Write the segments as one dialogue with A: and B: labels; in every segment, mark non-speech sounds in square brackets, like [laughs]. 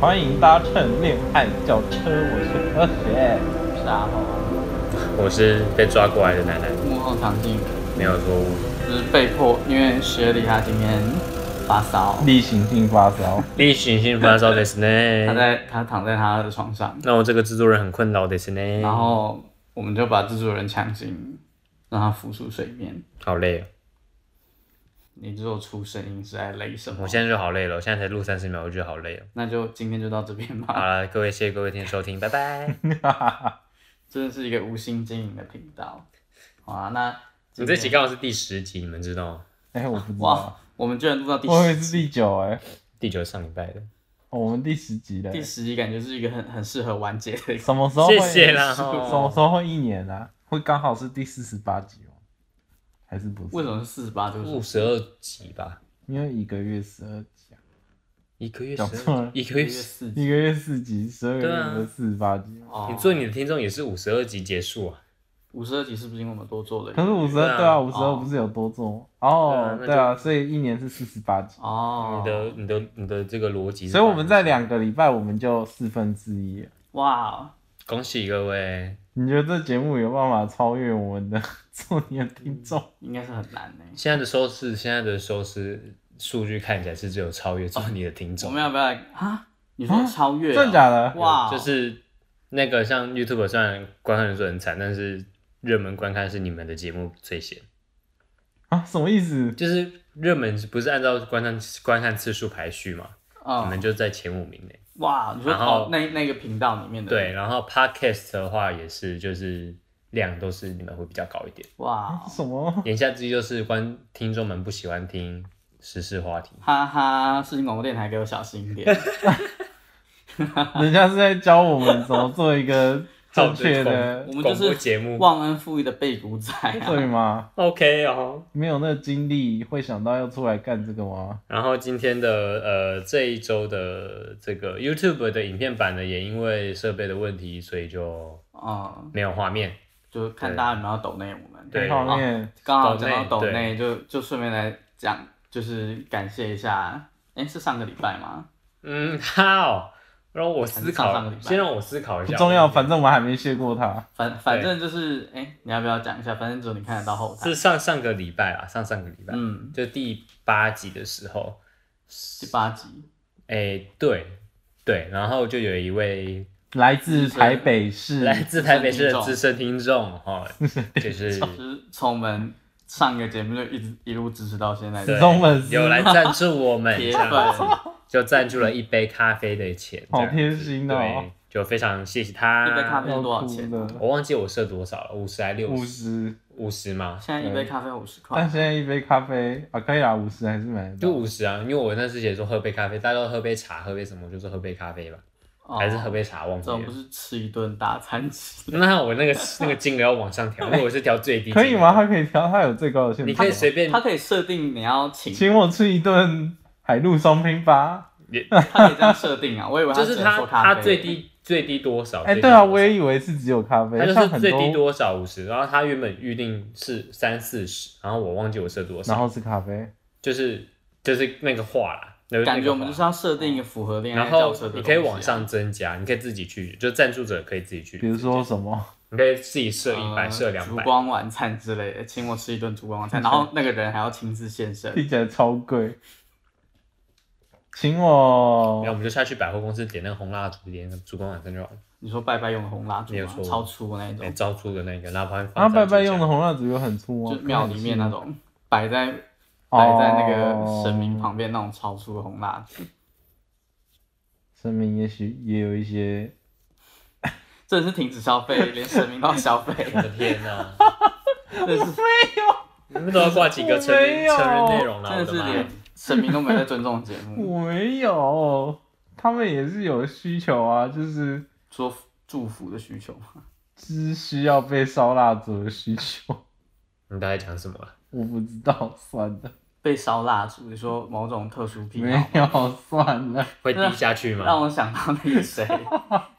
A: 欢迎搭乘恋爱轿车，我是科学。
B: 是啊，哦，
C: 我是被抓过来的奶奶，
B: 幕后场景
C: 没有说我
B: 就是被迫，因为雪里她今天发烧，
A: 例行性发烧，
C: 例行性发烧
A: [laughs]
C: 的是
B: 她
C: 呢。
B: 在她躺在她的床上，
C: 那我这个制作人很困扰的是呢。
B: 然后我们就把制作人强行让她浮出水面。
C: 好累、哦，
B: 你只有出声音是在累什么
C: 我？现在就好累了，我现在才录三十秒，我就觉得好累哦。
B: 那就今天就到这边
C: 好
B: 吧。
C: 了，各位谢谢各位听收听，
A: [laughs]
C: 拜拜。
B: 真的是一个无心经营的频道。好啊，那
C: 你这期刚好是第十集，你们知道吗？
A: 哎、我不知
B: 哇
A: 道，，
B: 我们居然录到第
A: 我以为
B: 十
A: 是第九哎、
C: 第九上礼拜
A: [laughs]
C: 的，
A: 哦我们第十集了、
B: 第十集，感觉是一个很很适合完结的一个。
A: 什么时候会？
C: 谢谢
A: [laughs]
C: 啦
A: 什
C: 哦
A: 么时候会一年啊？会刚好是第四十八集哦，还是不
B: 为
A: 是？
B: 什么是四十八？就是
C: 录十二集吧，
A: 因为一个月十二集、啊，
C: 一个月十
A: 讲错
C: 二
A: 了，
C: 一
B: 一个
C: 个月
B: 月
C: 十。
B: 四集
A: 一个月四集，十二个
C: 对
A: 月
C: 啊
A: 不是四十八集吗？
B: 哦
C: 你做你的听众也是五十二集结束啊？
B: 五十二集是不是因为我们多做了一个？
A: 可是五十
C: 对
A: 二
C: 啊
A: 对啊，五十二
B: 哦
A: 不是有多做吗
C: 对啊
A: 哦
C: 那，就
A: 对啊，所以一年是四十八集，
B: 哦
C: 你，的你的你的这个逻辑是
A: 所以我们
C: 反
A: 在两个礼拜我们就四分之一了。
B: 哇，
C: 恭喜各位，
A: 你觉得这节目有办法超越我们的 [laughs] 中年
C: 嗯
A: 听众？
B: 应该是很难呢。
C: 现在的收视现在的收视数据看起来是只有超越做你的听
B: 我
C: 众。
B: 们要不要来啊？你说超
C: 啊
B: 越哦？
A: 真的假的？
B: 哇，
C: 就是那个像 YouTube 虽然观看人数很惨，但是热门观看是你们的节目最闲，
A: 啊，什么意思？
C: 就是热门不是按照观看观看次数排序嘛，你
B: 嗯，
C: 们就在前五名内。
B: 哇，你说
C: 然后
B: 哦，那那个频道里面的
C: 对，，然后 Podcast 的话也是，就是量都是你们会比较高一点。
B: 哇，
A: 什么？
C: 言下之意就是观听众们不喜欢听时事话题，
B: 哈哈，视听广播电台给我小心一
C: [laughs]
B: 点。
A: 人家是在教我们怎么做一
C: [laughs]
A: 个正确的
B: 我
C: 我
B: 们
C: 们
B: 就
C: 就是是广播节目
B: 忘恩负义的背骨仔啊！
A: 对吗？
C: OK 哦。
A: 没有那个精力，会想到要出来干这个吗？
C: 然后今天的呃这一周的这个 YouTube 的影片版呢，也因为设备的问题，所以就
B: 嗯，
C: 没有画面。
B: 就看大家有没有抖内我们。哦
C: 对啊
A: 方面
B: 刚好讲到
C: 抖
B: 抖
C: 内
B: 内，就就顺便来讲，就是感谢一下。哎，是上个礼拜吗？
C: 嗯， [laughs] 好，让我思
B: 还是上上个
C: 考
B: 礼，拜
C: 先让我思考一
A: 不
C: 下。
A: 重要，反正我们还没谢过他。
B: 反反正就是，哎、你要不要讲一下？反正只有你看得到后台
C: 是。上上个礼拜啊，上上个礼拜，
B: 嗯，
C: 就第八集的时候，
B: 第八集。
C: 哎、对对，然后就有一位
A: 来自台北市，
C: 啊来自台北市的
B: 资
C: 资深听众哈，就是
B: [laughs] 就是从我们上个节目就一直一路支持到现在，
C: 对
A: 忠粉丝
C: 有来赞助我们，
B: 铁
C: 这
B: 粉
C: 样子就赞助了一杯咖啡的钱，
A: 好
C: 这样子
A: 贴心哦
C: 对，就非常谢谢他。
B: 一杯咖啡
A: 要
B: 多少
A: 哭
B: 钱
A: 了，
C: 我忘记我设多少了，五十还六
A: 五
C: 十？
A: 十。
C: 五十吗？
B: 现在一杯咖啡五十
A: 但
B: 块，
A: 现在一杯咖啡啊，可以啦，五十还是买得
C: 就
A: 到。
C: 五十啊，因为我那次写说喝杯咖啡，大家都喝杯茶，喝杯什么，我就说喝杯咖啡吧，
B: 哦
C: 还是喝杯茶，忘
B: 这种
C: 记
B: 不
C: 了。
B: 是吃一顿大餐 [laughs] 吃，
C: 那我那个那个金额要往上调，因为我是调最低。
A: 可以吗？？他可以调，他有最高的限制。
C: 你可以随便
B: 他，可以设定你要请，
A: 请我吃一顿海陆双拼吧。
B: 他可以这样设定啊。我以为
C: 就
B: 只
C: 是
B: 能
C: 他
B: 说咖啡，
C: 他最低最低多少？
A: 哎、
C: 最低
A: 对啊，
C: 多少
A: 我也以为是只有咖啡，
C: 他就
A: 像
C: 是
A: 很
C: 最低多少五十，然后他原本预定是三四十，然后我忘记我设多
A: 然
C: 少，
A: 后是咖啡。
C: 就是就是那个话啦，那
B: 感觉我们
C: 那
B: 就
C: 个
B: 是
C: 话
B: 要设定一个符合恋爱
C: 然
B: 教
C: 后
B: 车的、啊
C: 你可以往，上增加，你可以自己去，就赞助者可以自己去，
A: 比如说什么？
C: 你可以自己设
B: 呃
C: 一百、设两
B: 烛
C: 百，
B: 光晚餐之类的，请我吃一顿烛光晚餐，然后那个人还要亲自现
C: [laughs]
B: 身，
A: 听起来超贵。请我啊
C: 然后我们就下去百货公司点那个红蜡烛，点那个烛光晚餐就好了，
B: 你说拜拜用的红蜡烛
C: 没有
B: 吗
C: 错？
B: 超粗那一
C: 哎
B: 种，
C: 招出的那个，然后旁边
A: 啊，
C: 放
A: 拜
C: 赞助
A: 拜
C: 奖
A: 用的红蜡烛有很粗吗？
B: 就是庙里面那种
C: 嗯
B: 摆在摆
A: 哦
B: 在那个神明旁边那种超粗的红蜡烛，
A: 神明也许也有一些，
B: 真的是停止消费，连神明都要消
A: [laughs]
B: 费，
C: 我的天哪！
B: 真的是
C: 你们都要挂几个
A: [laughs]
C: 成
A: 我没
C: 人
A: 有
C: 成人内容了，
B: 真的
C: 我的
B: 是
C: 妈
B: 连
C: 呀！
B: 神明都没在尊重节目，
A: 我没有，他们也是有需求啊，就是
B: 说祝福的需求嘛。
A: 只需要被烧蜡烛的需求。
C: 你大概讲什么了？
A: 我不知道，算了，
B: 被烧蜡烛，你说某种特殊癖
A: 没
B: 好吗，
A: 有，算了。
C: 会低下去吗？
B: 让我想到那个谁，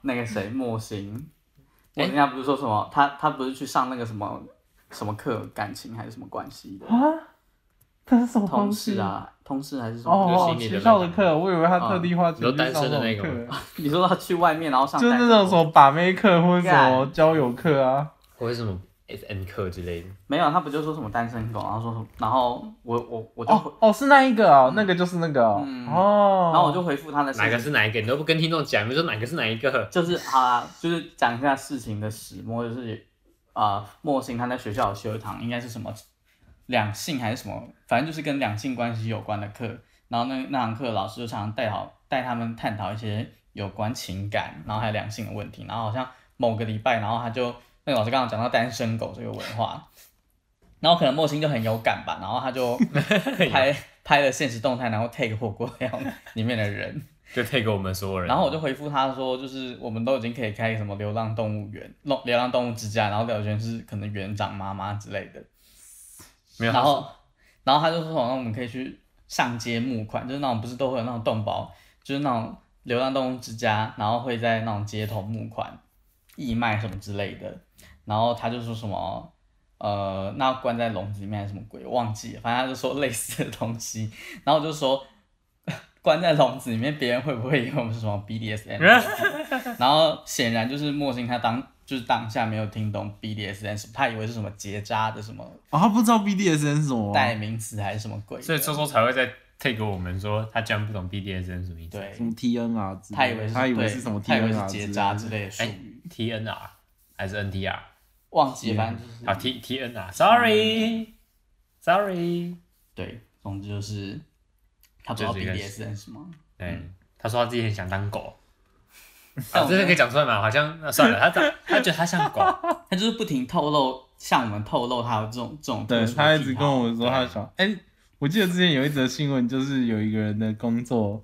B: 那个谁莫欣，
A: 哎
B: 莫欣他不是说什么，他他不是去上那个什么什么课，感情还是什么关系的，
A: 啊，这是什么
B: 同
A: 东
B: 事
A: 西？
B: 啊，通识还是什么？
A: 哦，
C: 就心理的
A: 学
C: 那
A: 校的啊
C: 种
A: 课，我以为他特地花钱
C: 你说
A: 去
C: 单
A: 上
C: 身的
A: 那
C: 那
A: 种
C: 个
A: 课，
B: 你说他去外面然后
A: [laughs]
B: 上
A: 就是
B: 代
A: 那
B: 课
A: 种什么把妹课或者什么交友课啊。
C: 或者什么 S N 课之类的。
B: 没有，他不就说什么单身狗，然后说什么，然后我我我就回、
A: 哦哦，是那一个哦，那个就是那个哦。
B: 嗯
A: 哦，
B: 然后我就回复他的事
C: 哪个
B: 情，
C: 是哪一个？你都不跟听众讲，你说哪个是哪一个？ [laughs]
B: 就是好啦，就是讲一下事情的始末，就是啊，莫、星他在学校有修一堂，应该是什么两性还是什么，反正就是跟两性关系有关的课。然后那那堂课老师就常常带好带他们探讨一些有关情感，然后还有两性的问题。然后好像某个礼拜，然后他就那个老师刚刚讲到单身狗这个文化，然后可能莫星就很有感吧，然后他就拍拍了现实动态，然后 take 火锅料里面的人。
C: 就退给我们所有人。
B: 然后我就回复他说，就是我们都已经可以开什么流浪动物园、流流浪动物之家，然后聊天是可能园长妈妈之类的。
C: 没有，
B: 然后，然后他就说，那我们可以去上街募款，就是那种不是都会有那种动保，就是那种流浪动物之家，然后会在那种街头募款、义卖什么之类的。然后他就说什么，呃，那关在笼子里面还是什么鬼，忘记了，反正他就说类似的东西。然后我就说，关在笼子里面，别人会不会以为我们是什么 BDSM？然后显然就是莫欣他当就是当下没有听懂 BDSM，是他以为是什么结扎的什么
A: 哦，他不知道 BDSN 是什么啊
B: 代名词还是什么鬼的，
C: 所以周周才会再退给我们说他居然不懂 BDSM 什么意思。
B: 对
A: 什，么 TNR 之类的
B: 他以为是
A: 他以为
B: 对
A: 是什么
B: 他以为
A: TNR
B: 是结扎之
A: 类的。
B: 类的术语，
C: TNR 还是 NTR？
B: 忘记了反
A: 嗯
B: 正就是
C: 啊 T TNR，Sorry，Sorry，
B: 对，总之就是他不知道
C: 就是一个
B: BDSM 是吗？
C: 对，
A: 嗯
C: 他说他自己很想当狗。
B: 但
C: 啊，
B: 我觉
C: 这个
B: 得
C: 可以讲出来嘛？好像那算了，他他他觉得他像
A: [laughs]
C: 狗，
B: 他就是不停透露向我们透露他有这种这种特
A: 对
B: 殊
A: 他
B: 的
A: 一直
B: 癖
A: 跟
B: 好
A: 我说他想，哎、我记得之前有一则新闻，就是有一个人的工作，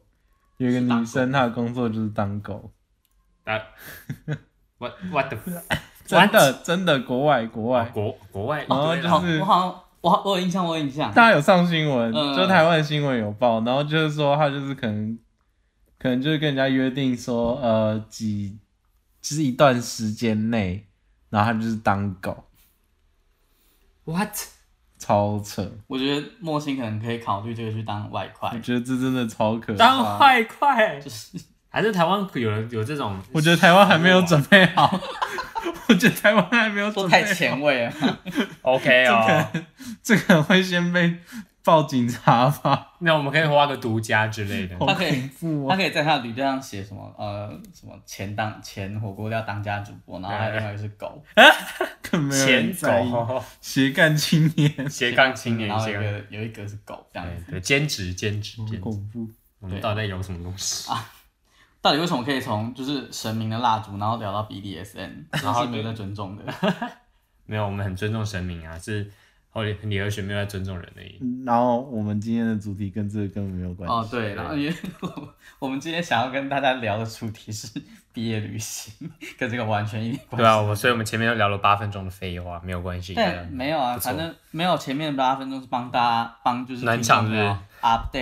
A: 有一个
B: 是当
A: 女生，她的工作就是当狗，
C: 啊，what what
A: [laughs]
C: the
A: 真的哦真的国外国外，
C: 国国外
A: 然后
C: 一
A: 就
C: 堆老
A: 是
B: 我好像我我有印象，我有印象，
A: 大家有上新闻，
B: 嗯
A: 就台湾的新闻有报，然后就是说他就是可能，可能就是跟人家约定说，呃，几就是一段时间内，然后他就是当狗，
C: what
A: 超扯，
B: 我觉得莫欣可能可以考虑这个去当外快
A: 我，觉得这真的超可怕。
C: 当坏快，
B: 就是
C: 还是台湾有人有这种？
A: 我觉得台湾还没有准备好， [laughs] 我觉得台湾还没有准备
B: 说太
A: 好
B: 前卫了。 [laughs]
C: OK 哦，
A: 这个会先被报警察吧？
C: 那我们可以画个独家之类的。
A: 好
B: 他可以
A: 恐怖
B: 他
A: 哦！
B: 可以在他的履历上写什么呃什么前当前火锅料当家主播，然后还有另外一个是狗，
A: 更没有人
C: 前
A: 在意
C: 走
A: 斜杠青年，
C: 斜杠青年
B: 然，后
C: 斜
B: 有一
C: 杠
B: 个有一个是狗这样
C: 对
B: 子。
C: 对兼职兼职
A: 很
C: 兼职，
A: 恐怖。
C: 我们到底在聊什么东西？
B: 到底为什么可以从就是神明的蜡烛，然后聊到 BDSN，然
C: [laughs]
B: 后是没有在尊重的。
C: 没有，我们很尊重神明啊，是哦，李和雪没有在尊重人而已。
A: 嗯然后我们今天的主题跟这个根本没有关系。
B: 哦，对，然后因为 [laughs] 我我们今天想要跟大家聊的主题是毕业旅行，跟这个完全一点关系。
C: 对啊，我所以我们前面又聊了八分钟的废话，没有关系。
B: 但没有啊，
C: 不错
B: 反正没有前面八分钟是帮大家帮就是
C: 暖场
B: 听众
C: 是
B: 朋
C: 不
B: 友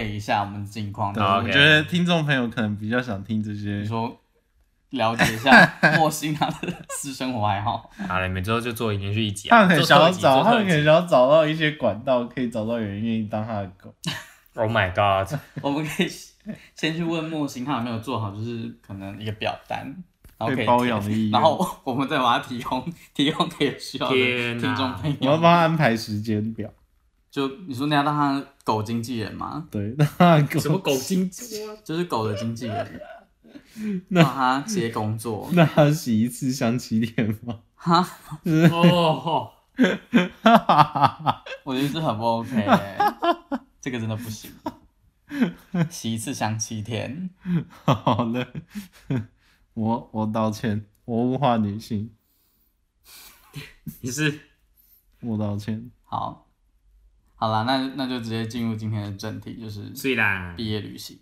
B: update 一下我们的近况。
A: 对，
B: 然后
A: 我
C: OK
A: 觉得听众朋友可能比较想听这
B: 你
A: 些。
B: 说了解一下莫欣他的私生活还好，
C: 好了，每周就做连续一集啊，
A: 他们很想要
C: 做特辑做
A: 找，他们
C: 特
A: 很
C: 辑
A: 想要找到一些管道，可以找到有人愿意当他的
B: [laughs]
A: 狗。
C: Oh my god！
B: 我们可以先去问莫欣他有没有做好，就是可能一个表单，然后可
A: 被
B: 以
A: 包养的意愿
B: 然后我们再把它提供提供给需要的
C: 天
B: 听
C: 哪
B: 众朋
A: 我要
B: 友。
A: 帮他安排时间表，
B: 就你说那要当他的狗经纪人吗？
A: 对， [laughs] 让他的
C: 什
A: 狗，
C: 么狗精座啊？
B: 就是狗的经
A: [laughs]
B: 纪人，让他接工作。
A: 让他洗一次香气脸吗？ [laughs]
B: 哈，
C: 哦，
B: 我觉得这很不 OK，这个真的不行。洗一次香七天，
A: 好了， [laughs] 我我道歉，我物化女性，
C: 你是
A: 我道歉。
B: 好，好啦，那那就直接进入今天的正题，就是
C: 虽然
B: 毕业旅行。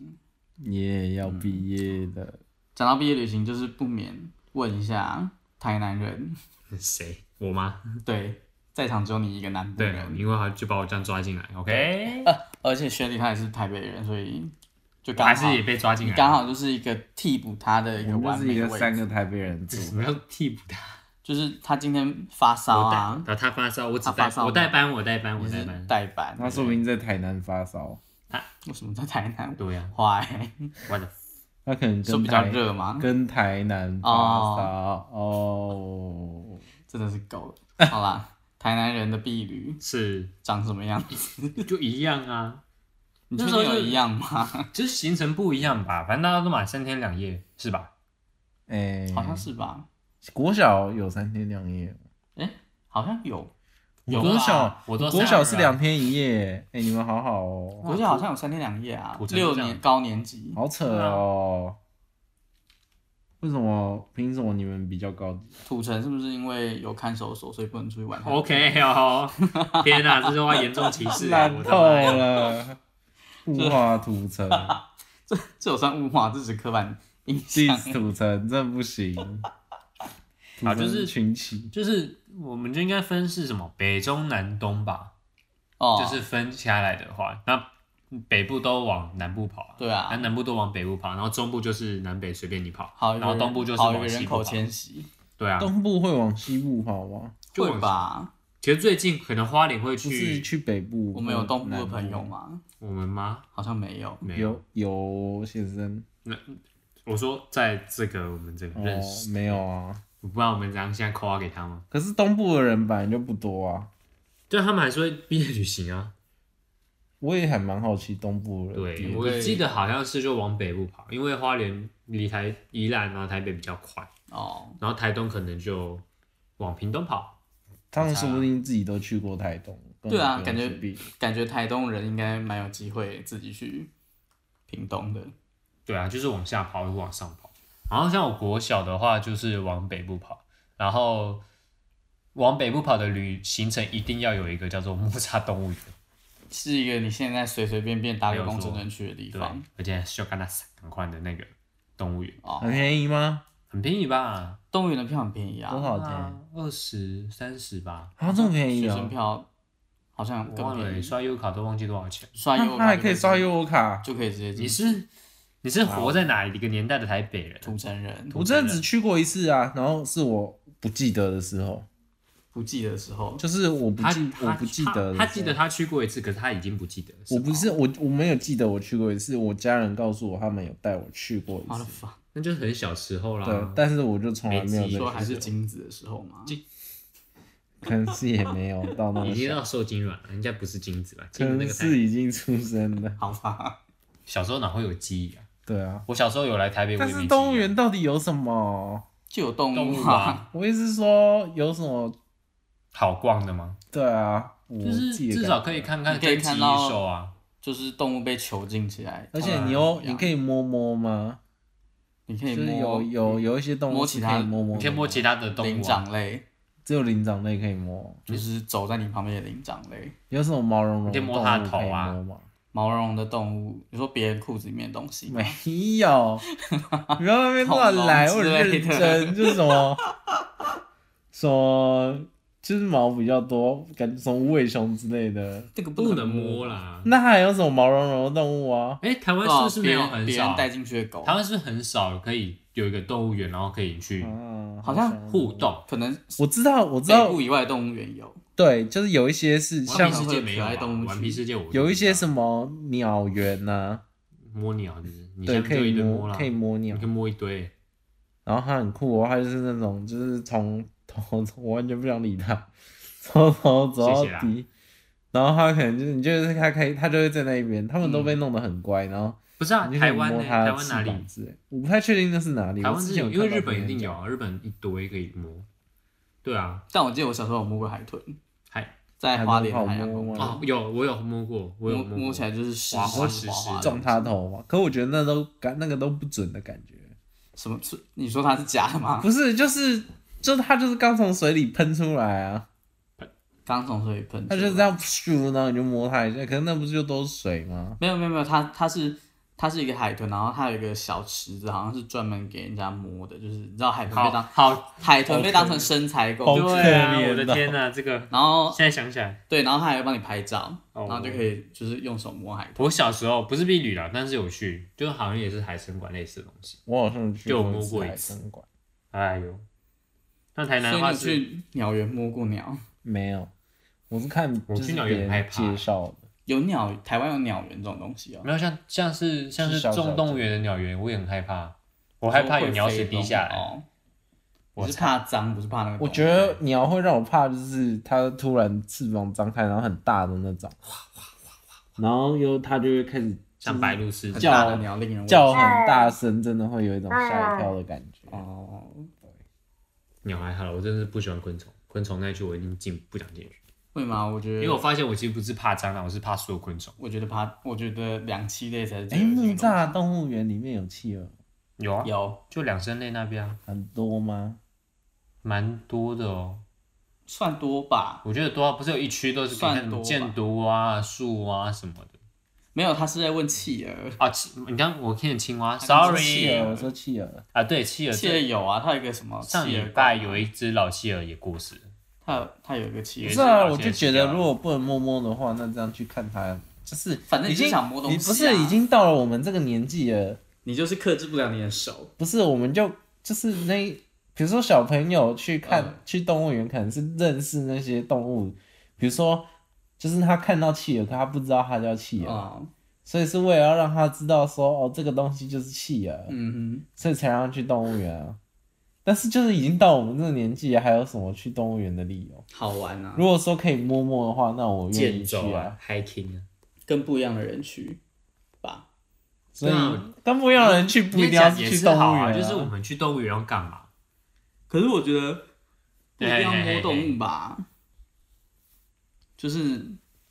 A: 你也要
B: 嗯
A: 毕业了，
B: 讲到毕业旅行，就是不免问一下台
A: [laughs]
B: 南人，
C: 谁我吗？
B: 对，在场只有你一个南部
C: 对，
B: 人，
C: 因为他就把我这样抓进来，OK，
B: 呃，而且雪莉她也是台北人，所以就刚
C: 还
B: 好
C: 是也被抓进
B: 你
C: 来，
B: 刚好就是一个替补他的一个
A: 我
B: 完
A: 们就是
B: 美
A: 一
B: 的
A: 个
B: 位置，
A: 三个台北人组。
C: 什么叫替补他？
B: 就是他今天发烧
C: 我带
B: 啊，
C: 然后他发烧，我只
B: 他发
C: 带
B: 烧
C: 我代班，我代班，我
B: 也
C: 代
B: 是
C: 班。
B: 代班，
A: 他说不定在台南发烧，
B: 为什么在台南？
C: 对啊呀、
B: 花欸，
C: 我的
A: 他可能
B: 说
A: 跟
B: 比较
A: 台
B: 热嘛，
A: 跟台南发
B: 啊哦
A: 烧哦，
B: 真的是够了。好啦，台南人的婢女
C: 是
B: 长什么样子？
C: [laughs] 就一样啊，
B: 你确
C: 那时候
B: 定有
C: 就
B: 一样吗？
C: 就是行程不一样吧，反正大家都买三天两夜是吧？
A: 哎、
B: 好像是吧？
A: 国小有三天两夜，
B: 哎、好像有，啊
C: 有
A: 国
C: 吧
A: 小
C: 我都
A: 国
C: 三
A: 小
C: 二
A: 是
C: 啊
A: 两天一夜，哎、你们好好哦，
B: 国小好像有三天两夜啊
C: 土，城
B: 六
C: 这样
B: 年高年级，
A: 好扯哦，为什么？凭什么你们比较高级？
B: 土城是不是因为有看守所，所以不能出去玩？
C: OK [laughs] 哦，天哪、这句话严重歧视、欸，
A: 烂
C: 我的
A: 透
C: 妈呀！
A: 了， [laughs] 物化土城
B: 这这有算物化，这只是刻板印象。
A: ，diss 土城，真的不行。土
C: 好
A: 城
C: 就是
A: 群起，
C: 就是我们就应该分是什么北中南东吧，
B: 哦，
C: 就是分下来的话，那北部都往南部跑啊，
B: 对啊
C: 那，南部都往北部跑，然后中部就是南北随便你跑，
B: 好一个
C: 然后
B: 人，
C: 东部就是
B: 好一个
C: 往西
B: 人
C: 部
B: 口
C: 跑，
B: 迁徙，
C: 对啊，
A: 东部会往西部跑吗？
C: 就
B: 会吧？
C: 其实最近可能花莲会
A: 不是
C: 去
A: 去北部，
B: 我们有东部
A: 南
B: 的朋友？吗？
C: 我们吗？
B: 好像没有。
C: 没有，
A: 有有先生
C: 我说在这个我们这个
A: 哦
C: 认，识，
A: 没有啊。
C: 我不知道我们怎样现在扣啊给他吗？
A: 可是东部的人本来就不多啊，
C: 对他们来说毕业旅行啊，
A: 我也还蛮好奇东部的人。
C: 对，
B: 对
C: 我记得好像是就往北部跑，因为花莲离台宜兰然后台北比较快，
B: 哦，
C: 然后台东可能就往屏东跑。
A: 他们说不定自己都去过台东。根本
B: 对啊
A: 不用
B: 感觉
A: 去避
B: 感觉台东人应该蛮有机会自己去屏东的。
C: 对啊，就是往下跑，或往上跑。然后像我国小的话，就是往北部跑，然后往北部跑的旅行程一定要有一个叫做摩擦动物园，
B: 是一个你现在随随便便搭个公车
C: 没有错
B: 能去的地
C: 对
B: 方，
C: 而且是要跟他赶快的那个动物园，
B: 哦
A: 很。便宜吗？
C: 很便宜吧？
B: 动物园的票很便宜
A: 多
B: 啊，
A: 少钱？
C: 啊，二十三十吧，
A: 啊，这么便宜
B: 学
A: 啊
B: 生！票好像
C: 哦我
B: 更
C: 忘了
B: 便
C: 欸
B: 宜，
C: 刷 U 卡都忘记多少钱。
B: 刷
A: 他
B: 优
A: 他还可以刷
B: 优
A: 优我卡。
B: 就可以直接
A: 嗯
C: 你
B: 进
C: 是你是活在哪一个年代的台北人？
B: 土城人。
A: 哦我真的只去过一次啊，然后是我不记得的时候，
B: 不记的时候，
A: 就是我不
C: 他
A: 记
C: 他
A: 我不记得的
C: 他，他
A: 时
C: 记
A: 候
C: 得他去过一次，可是他已经不记得。
A: 我
C: 吗
A: 不是我我没有记得我去过一次，我家人告诉我他们有带我去过一
B: 好了
A: 次，
B: 吧，
C: 那就是很小时候啦。
A: 对，但是我就从来没有
C: 没记
A: 这
B: 说
A: 个，
B: 还是金子的时候嘛，
C: 金
A: [laughs] 可能是也没有到那
C: 已
A: 个
C: 经
A: 时候，
C: 到受精卵了，应该不是精子吧？
A: 可
C: 精子那
A: 能
C: 个
A: 是
C: 才
A: 已经出生的，
B: 好吧，
C: 小时候哪会有记忆啊？
A: 对啊。
C: 我小时候有来台北，我
A: 但
C: 也没
A: 是
C: 记忆啊
A: 动物园到底有什么？
B: 就有动
C: 动
B: 物
C: 物
B: 啊，
C: 啊，
A: 我意思是说有什么？
C: 好逛的吗？
A: 对啊，我
C: 就是
A: 自己的
C: 至少
A: 感觉啊
C: 可以看看
B: 你可以
C: 跟
B: 看
C: 奇异
B: 到
C: 兽啊，
B: [laughs] 就是动物被囚禁起来，
A: 而且
B: 它
A: 你
B: 们
A: 又
B: 怎么样
A: 你可以摸摸吗？
B: 你可
A: 就
B: 以
A: 是有
B: 摸
A: 有有一些动物
B: 摸
A: 是
B: 其
A: 可
B: 他
A: 以摸摸
C: 你
A: 的，
C: 可以摸其他的动
B: 灵
C: 物啊，
B: 长类，
A: 只有灵长类可以摸。
B: 就是走在你旁边的灵长类，
A: 有什么毛茸茸
C: 你
A: 的
C: 可
A: 动
C: 以摸
A: 物
C: 它
A: 可以
C: 的头啊
A: 摸吗？
B: 毛茸茸的动物，你说别人裤子里面的东西吗，
A: 没有，不要在那边乱来，我
B: 恐龙之类
A: 认
B: 的
A: 真，就是什么什么，就是毛比较多，感觉什么尾熊之类的。
B: 这个
C: 不能
B: 能
C: 摸。啦。
A: 那还有什么毛茸茸的动物啊？
C: 哎，台湾
B: 对
C: 是
B: 啊
C: 不是没
B: 别
C: 有
B: 人
C: 很
B: 别
C: 少
B: 人
C: 啊？
B: 带进去的狗
C: 台，湾是不是很少可以有一个动物园，然后可以去
A: 啊，
B: 好像
A: 想
C: 互。动？
B: 可能
A: 我知道，我知
B: 北
A: 道，
B: 部以外的动物园有，
A: 对，就是有一些是
C: 顽
A: 像
C: 皮世界没有
B: 像
C: 啊
B: 可爱动物，区
C: 顽皮世界我
A: 有一些
C: 是
A: 什么鸟园呐、
C: 摸鸟，就是你
A: 对，
C: 现在
A: 可
C: 就
A: 以
C: 一堆摸
A: 摸，
C: 啦，
A: 可以摸鸟
C: 你可以，摸一堆。
A: 然后它很酷哦，它就是那种，就是从头，我完全不想理它，从头走到
C: 谢谢啦
A: 底。然后它可能就是，你就是它可以，它就会在那一边，他们都被弄得很乖，然后
C: 不嗯是啊，
A: 你就可以
C: 台湾
A: 摸
C: 呢？
A: 它
C: 台
A: 的
C: 湾
A: 翅
C: 哪里？
A: 膀之类。欸我不太确定那是哪里。
C: 台湾
A: 我之
C: 是
A: 前
C: 有，
A: 有
C: 因为
A: 看到
C: 日本一
A: 别人
C: 定有
A: 讲，
C: 啊，日本一堆可以摸。对啊，
B: 但我记得我小时候有摸过海豚，
C: 海
B: 在花莲
A: 海豚
B: 海
A: 好
B: 洋
A: 摸
B: 公
A: 吗
B: 园
C: 哦，有我有摸过，我有
B: 摸
C: 摸
B: 摸起
C: 来。
B: 来就是湿
C: 滑滑
B: 湿
C: 湿湿
B: 滑滑
C: 这
B: 的，
A: 撞它头嘛。可我觉得那都感那个都不准的感觉，
B: 什么？是你说它是假的
C: 啊
B: 吗？ [laughs]
A: 不是，就是就是它就是刚从水里喷出来啊，
B: 刚从水里喷出
A: 它
B: 来，
A: 就是这样咻，然后你就摸它一下，可是那不是就都是水吗？
B: 没有没有没有，它它是它是一个海豚，然后它有一个小池子，好像是专门给人家摸的，就是你知道海豚
C: 好
B: 被当
C: 好，
B: 海豚被当成身材
A: 好
B: 工具，
A: 可
C: 对啊，
A: 怜
C: 我的
A: 哦
C: 天哪，这个
B: 然后
C: 现在想起来，
B: 对，然后它还会帮你拍照，
C: 哦
B: 然后就可以就是用手摸海豚。
C: 我小时候不是避旅啦，但是有去，就是好像也是海参馆类似的东西。
A: 我好像去
C: 就有
A: 过
C: 摸
A: 次
C: 过一
A: 海
C: 次
A: 参馆，
C: 哎呦，那台
B: 所
C: 南的
B: 以
C: 话
B: 你
C: 是，
B: 去鸟园摸过鸟，
A: 没有，我是看
C: 我
A: 就是
C: 听到有
A: 别
C: 点害
A: 人
C: 怕
A: 介绍的，
B: 有鸟，台湾有鸟园这种东西哦、
C: 没有像像是像
A: 是
C: 是
A: 小小
C: 中动物园的鸟园，我也很害怕，我害怕有鸟屎滴下来。
B: 哦，
C: 我
B: 我是怕脏，不是怕那个。
A: 我觉得鸟会让我怕，就是它突然翅膀张开，然后很大的那种，然后又它就会开始
C: 像白鹭似的
B: 很
A: 叫
B: 大的鸟令人畏
A: 叫
B: 惧
A: 很大声，真的会有一种吓一跳的感觉。
B: 哦，
C: 鸟还好了，我真的是不喜欢昆虫，昆虫那一区我一定进不想进去，
B: 会吗？我觉
C: 因
B: 得，
C: 为我发现我其实不是怕蟑螂，我是怕所有昆虫。
B: 我觉得怕，我觉得两栖类才是
A: 哎、
B: 最恶心的东西。
A: 木栅动物园里面有企鹅
C: 有啊，
B: 有
C: 就两生类那边啊，
A: 很多吗？
C: 蛮多的哦。
B: 算多吧？
C: 我觉得多啊，不是有一区都是
B: 算
C: 看什么
B: 多吧
C: 箭毒啊、树啊什么的
B: 没有，他是在问企鹅，
C: 啊。青你刚我听青蛙
B: 刚说
A: 企
C: ，sorry
A: 鹅，我说企鹅，
C: 啊，对，企鹅
B: 企鹅有啊，它有一个什么？
C: 上
B: 企
C: 礼
B: 鹅
C: 拜
B: 馆啊
C: 有一只老企鹅也过世了，
B: 它有它有一个企
A: 不
B: 鹅
C: 有一
A: 是
C: 只
B: 馆，
A: 啊，
C: 老
A: 我
C: 企
A: 就
C: 鹅
A: 觉
C: 死
A: 得
C: 掉了
A: 如果不能摸摸的话，那这样去看它就是
B: 反正
A: 已
B: 你就
A: 经
B: 想摸东西啊
A: 你不是已经到了我们这个年纪了，
B: 你就是克制不了你的手。
A: 不是我们就就是那，比如说小朋友去看、
B: 嗯
A: 去动物园，可能是认识那些动物，比如说就是他看到企鹅，可他不知道它叫企鹅，
B: 嗯
A: 所以是为了要让他知道说哦这个东西就是企鹅，
B: 嗯
A: 所以才让他去动物园啊。但是就是已经到我们这个年纪了，还有什么去动物园的理由？
B: 哼，好玩啊，
A: 如果说可以摸摸的话，那我愿意
C: 剑
A: 去
C: 走
A: 啊。
C: 啊，hiking 啊。
B: 跟不一样的人去吧。
A: 所以
C: 对啊
A: 跟不一样的人去不一定要去动物园、
C: 啊，就是我们去动物园要干嘛？
B: 可是我觉得不一定要
C: 嘿嘿嘿
B: 摸动物吧，就是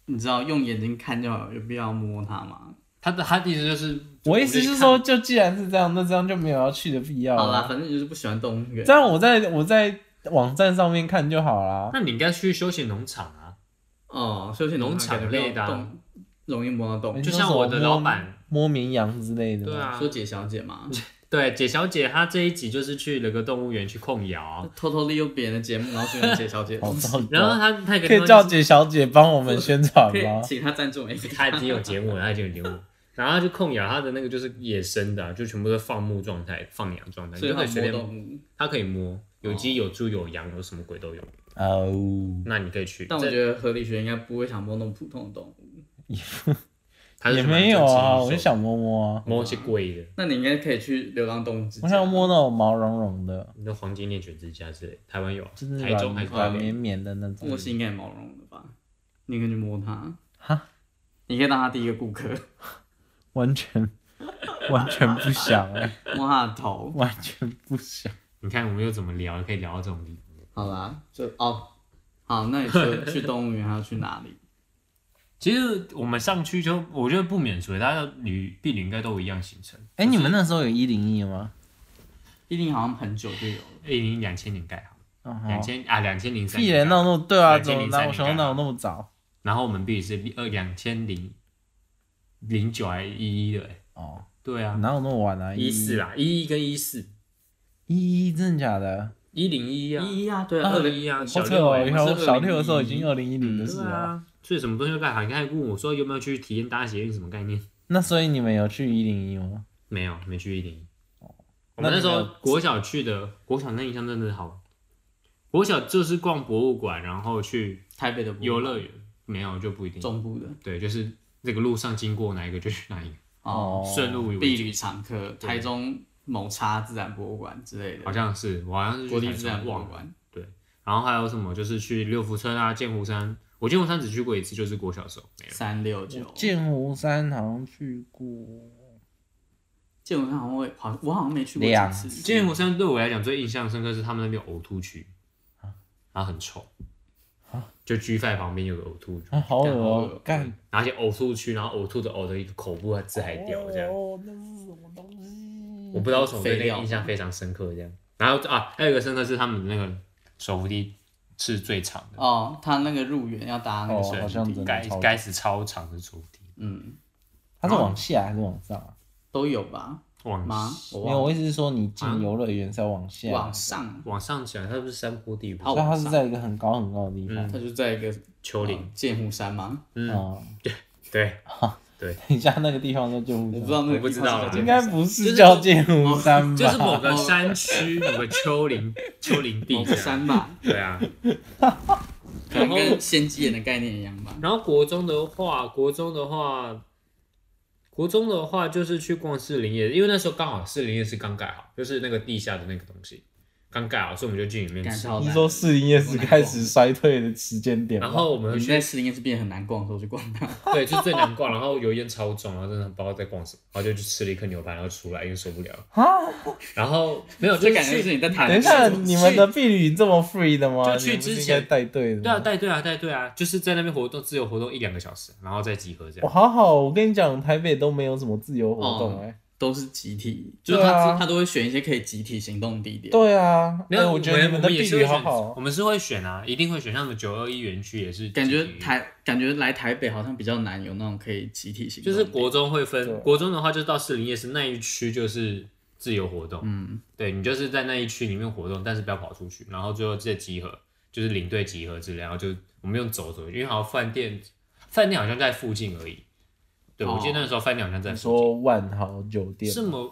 B: 你知道用眼睛看就好，有必要摸它吗？
C: 他的他的意思就是，
A: 我意思就是说，就既然是这样，那这样就没有要去的必要
B: 好
A: 了
B: 啦，。反正你就是不喜欢动物园
A: 哦这。样我在我在网站上面看就好啦。
C: 那你应该去休闲农场啊，
B: 哦，休闲
C: 农场
B: 感觉
C: 类的啊
B: 动容易摸到动物
A: 你。
C: 就
A: 说
C: 像
A: 什么
C: 我的
A: 摸
C: 老板，
A: 摸绵羊之类的。
C: 对，啊
B: 说，姐小姐嘛，
C: 对，姐小姐她这一集就是去了个动物园去控
B: [laughs]
C: 窑，
B: 偷偷利用别人的节目，然后去人姐小 [laughs]
A: [laughs]
B: 姐，
A: 好糟
C: 然后
A: 糕。
C: 她她有
A: 啊可
C: 一个地
A: 以
C: 方
A: 叫
C: 就是
A: 姐小姐帮我们宣传
B: 可以
A: 吗？
B: 请她赞助我们一个。
C: 她已经有节目了，她已经有节目。然后她就控窑，她的那个就是野生的啊、就全部都放牧状态、放养状态，
B: [laughs]
C: 你
B: 所以
C: 就可
B: 她
C: 以随
B: 摸哦
C: 便，
B: 动物，
C: 她可以摸，有鸡、有猪、有羊，有什么鬼都有。
A: 哦，
C: 那你可以去，
B: [laughs] 但我
C: 这
B: 觉得合理学应该不会想摸那种普通的动物。
C: 她是
A: 也
C: 喜欢
A: 没有啊，
C: 珍
A: 我
C: 惜
A: 就想摸摸啊，
C: 摸一些贵的，
B: 那你应该可以去流浪动物之家
A: 我想摸那种毛茸茸的，
C: 那黄金猎犬之家之类，台湾有啊，
A: 就是
C: 台中还
A: 软
C: 是
A: 软
C: 台北
A: 绵绵的那种
B: 墨。西应该也毛茸茸的吧？你可以去摸它，
A: 哈，
B: 你可以当它第一个顾
A: [laughs]
B: 客，
A: 完全 [laughs] 完全不想 [laughs] 哎、
B: 摸它的头。
A: 完全不想。
C: 你看我们又怎么聊，可以聊到这种地步。
B: 好啦，就哦，好，那你去去动物园还要去哪里？
C: 其实我们上去就，我觉得不免俗，大家旅避旅应该都有一样行程。
A: 哎、你们那时候有一零一吗？
B: 一定好像很久就有了。
C: 二零两千年盖好，
A: 哦，好
C: 两千啊两千零三
A: 屁人闹那么对啊，
C: 2003
A: 怎么哪有
C: 年
A: 想
C: 干
A: 到哪有那么早？
C: 然后我们避旅是二两千零零九还一一的、欸，
A: 哦，
C: 对啊，
A: 哪有那么晚啊？
C: 一四
A: 啊，
C: 啦，一一跟一四，
A: 一一真的假的？
C: 一零一
B: [laughs]
C: 啊，
B: 一一啊，对啊，
C: 二
B: 二
C: 零
B: 零
C: 一啊，
A: 好
C: 小
A: 扯
C: 六
A: 哦！
C: 欸
A: 原
B: 我
A: 来
B: 们
A: 我
B: 是
A: 小六的时候已
B: 2001
A: 经二零一零的事
C: 对
A: 了。
C: 啊，所以什么东西都盖好。你刚才问我说有没有去体验搭捷运，什么概念？
A: 那所以你们有去一零一吗？
C: 没有，没去一零一。我
A: 那
C: 们
A: 你
C: 哦那时
A: 没
C: 候
A: 有
C: 国小去的，国小那印象真的好。国小就是逛博物馆，然后去
B: 台北的博物馆
C: 游乐园，没有就不一定。
B: 中部的
C: 对，就是这个路上经过哪一个就去哪一个，
B: 哦，
C: 顺路
B: 碧
C: 为主。
B: 旅常客，
C: 对
B: 台中某叉自然博物馆之类的，
C: 好像是我好像是
B: 国
C: 去
B: 立
C: 台
B: 自然
C: 中
B: 博物
C: 逛，
B: 馆。
C: 然后还有什么就是去六福村啊、剑湖山。我剑湖山只去过一次，就是国小的时候没有。
B: 三六九，
A: 剑湖山好像去过，
B: 建文山好像我也好，我好像没去过
A: 两
B: 几次。
C: 剑湖山对我来讲最印象深刻是他们那边有呕吐区，
B: 啊
C: 然后很臭，就 G Five 旁边有个呕吐区。
A: 啊，好恶
B: 好
A: 哦
B: 恶！
A: 干，
C: 拿去呕吐区，然后呕吐的呕的一个口部字还掉这样，
A: 哦，那是什么东西？
C: 我不知道为什么对
B: 废
C: 那
B: 料
C: 个印象非常深刻这样。然后啊，还有一个深刻是他们的那个手扶梯是最长的，
B: 哦，他那个入园要搭那个
A: 哦
B: 水
A: 好
B: 梯
A: 像真的
C: 该
A: 超
C: 该是超长的手扶梯，
B: 嗯，
A: 它是往下还是往上啊？
B: 都有吧？
C: 往
B: 吗？我
A: 没
B: 忘
A: 有，
B: 了
A: 我意思是说你进游乐园是要往下，
B: 往上，
C: 往上讲，它不是山坡地，不
A: 所
C: 是
A: 以它是在一个很高很高的地方。
B: 他就在一个呃
C: 丘陵。
B: 剑湖山吗？
C: 嗯，
A: 哦， [laughs]
C: 对，
A: 等一下那个地方叫剑湖
B: 我不知
A: 山，
B: 道那个
C: 我不
B: 地
C: 知
B: 方
C: 道
B: 是
C: 啦
B: 叫
A: 应该不
B: 剑湖山
C: 就是是
A: 叫剑湖山吧？
C: 就是某个山区，某个丘陵丘陵地 [laughs]
B: 某。个山吧？
C: 对啊，
B: 可能跟先机眼的概念一样吧。
C: 然后国中的话，国中的话，国中的话就是去逛士林夜，因为那时候刚好士林夜市刚盖好，就是那个地下的那个东西刚盖好，所以我们就进里面
B: 感
C: 吃。
B: 超
A: 你
B: 烂
A: 说士林夜市开始衰退的时间点吗
C: 然后我
B: 你
C: 们
B: 们
C: 去
B: 在士林夜市变得很难逛的时候去逛它，
C: [laughs] 对，就最难逛，然后油烟超重，然后真的不知道在逛什么，然后就去吃了一颗牛排，然后出来又受不了，
A: 啊，
B: [laughs]
C: 然后没有，
B: 这
C: 就
B: 感觉
C: 去
B: 是你在谈
A: 等一下，你们的婢女这么 free 的吗？
C: 就去
A: 你们不是
C: 之前
A: 应该带队的吗，
C: 对啊，带队啊，带队啊，就是在那边活动，自由活动一两个小时，然后再集合这
A: 我
C: 样。
A: 好好，我跟你讲，台北都没有什么自由活动
C: 哦
A: 哎、
B: 都是集体，就是他、
A: 对啊
B: 他都会选一些可以集体行动的地点。
A: 对啊，
C: 没有，
A: 哎我觉得
C: 们
A: 你们的
C: 我们也
A: 婢
C: 是
A: 女
C: 会
A: 好
C: 选，
A: 好
C: 我
A: 哦。
C: 们是会选啊，一定会选，像什么九二一园区也是集体，
B: 感觉台感觉来台北好像比较难有那种可以集体行动
C: 就
B: 的
C: 是
B: 地方，
C: 国中会分
A: 对，
C: 国中的话就到士林夜市那一区就是自由活动，嗯，对你就是在那一区里面活动，但是不要跑出去，然后最后再集合，就是领队集合之类，然后就我们用走走，因为好像饭店饭店好像在附近而已，对、我记
B: 哦
C: 得那时候饭店好像在
A: 你
C: 附
A: 说万豪酒
C: 近，
A: 店
C: 是某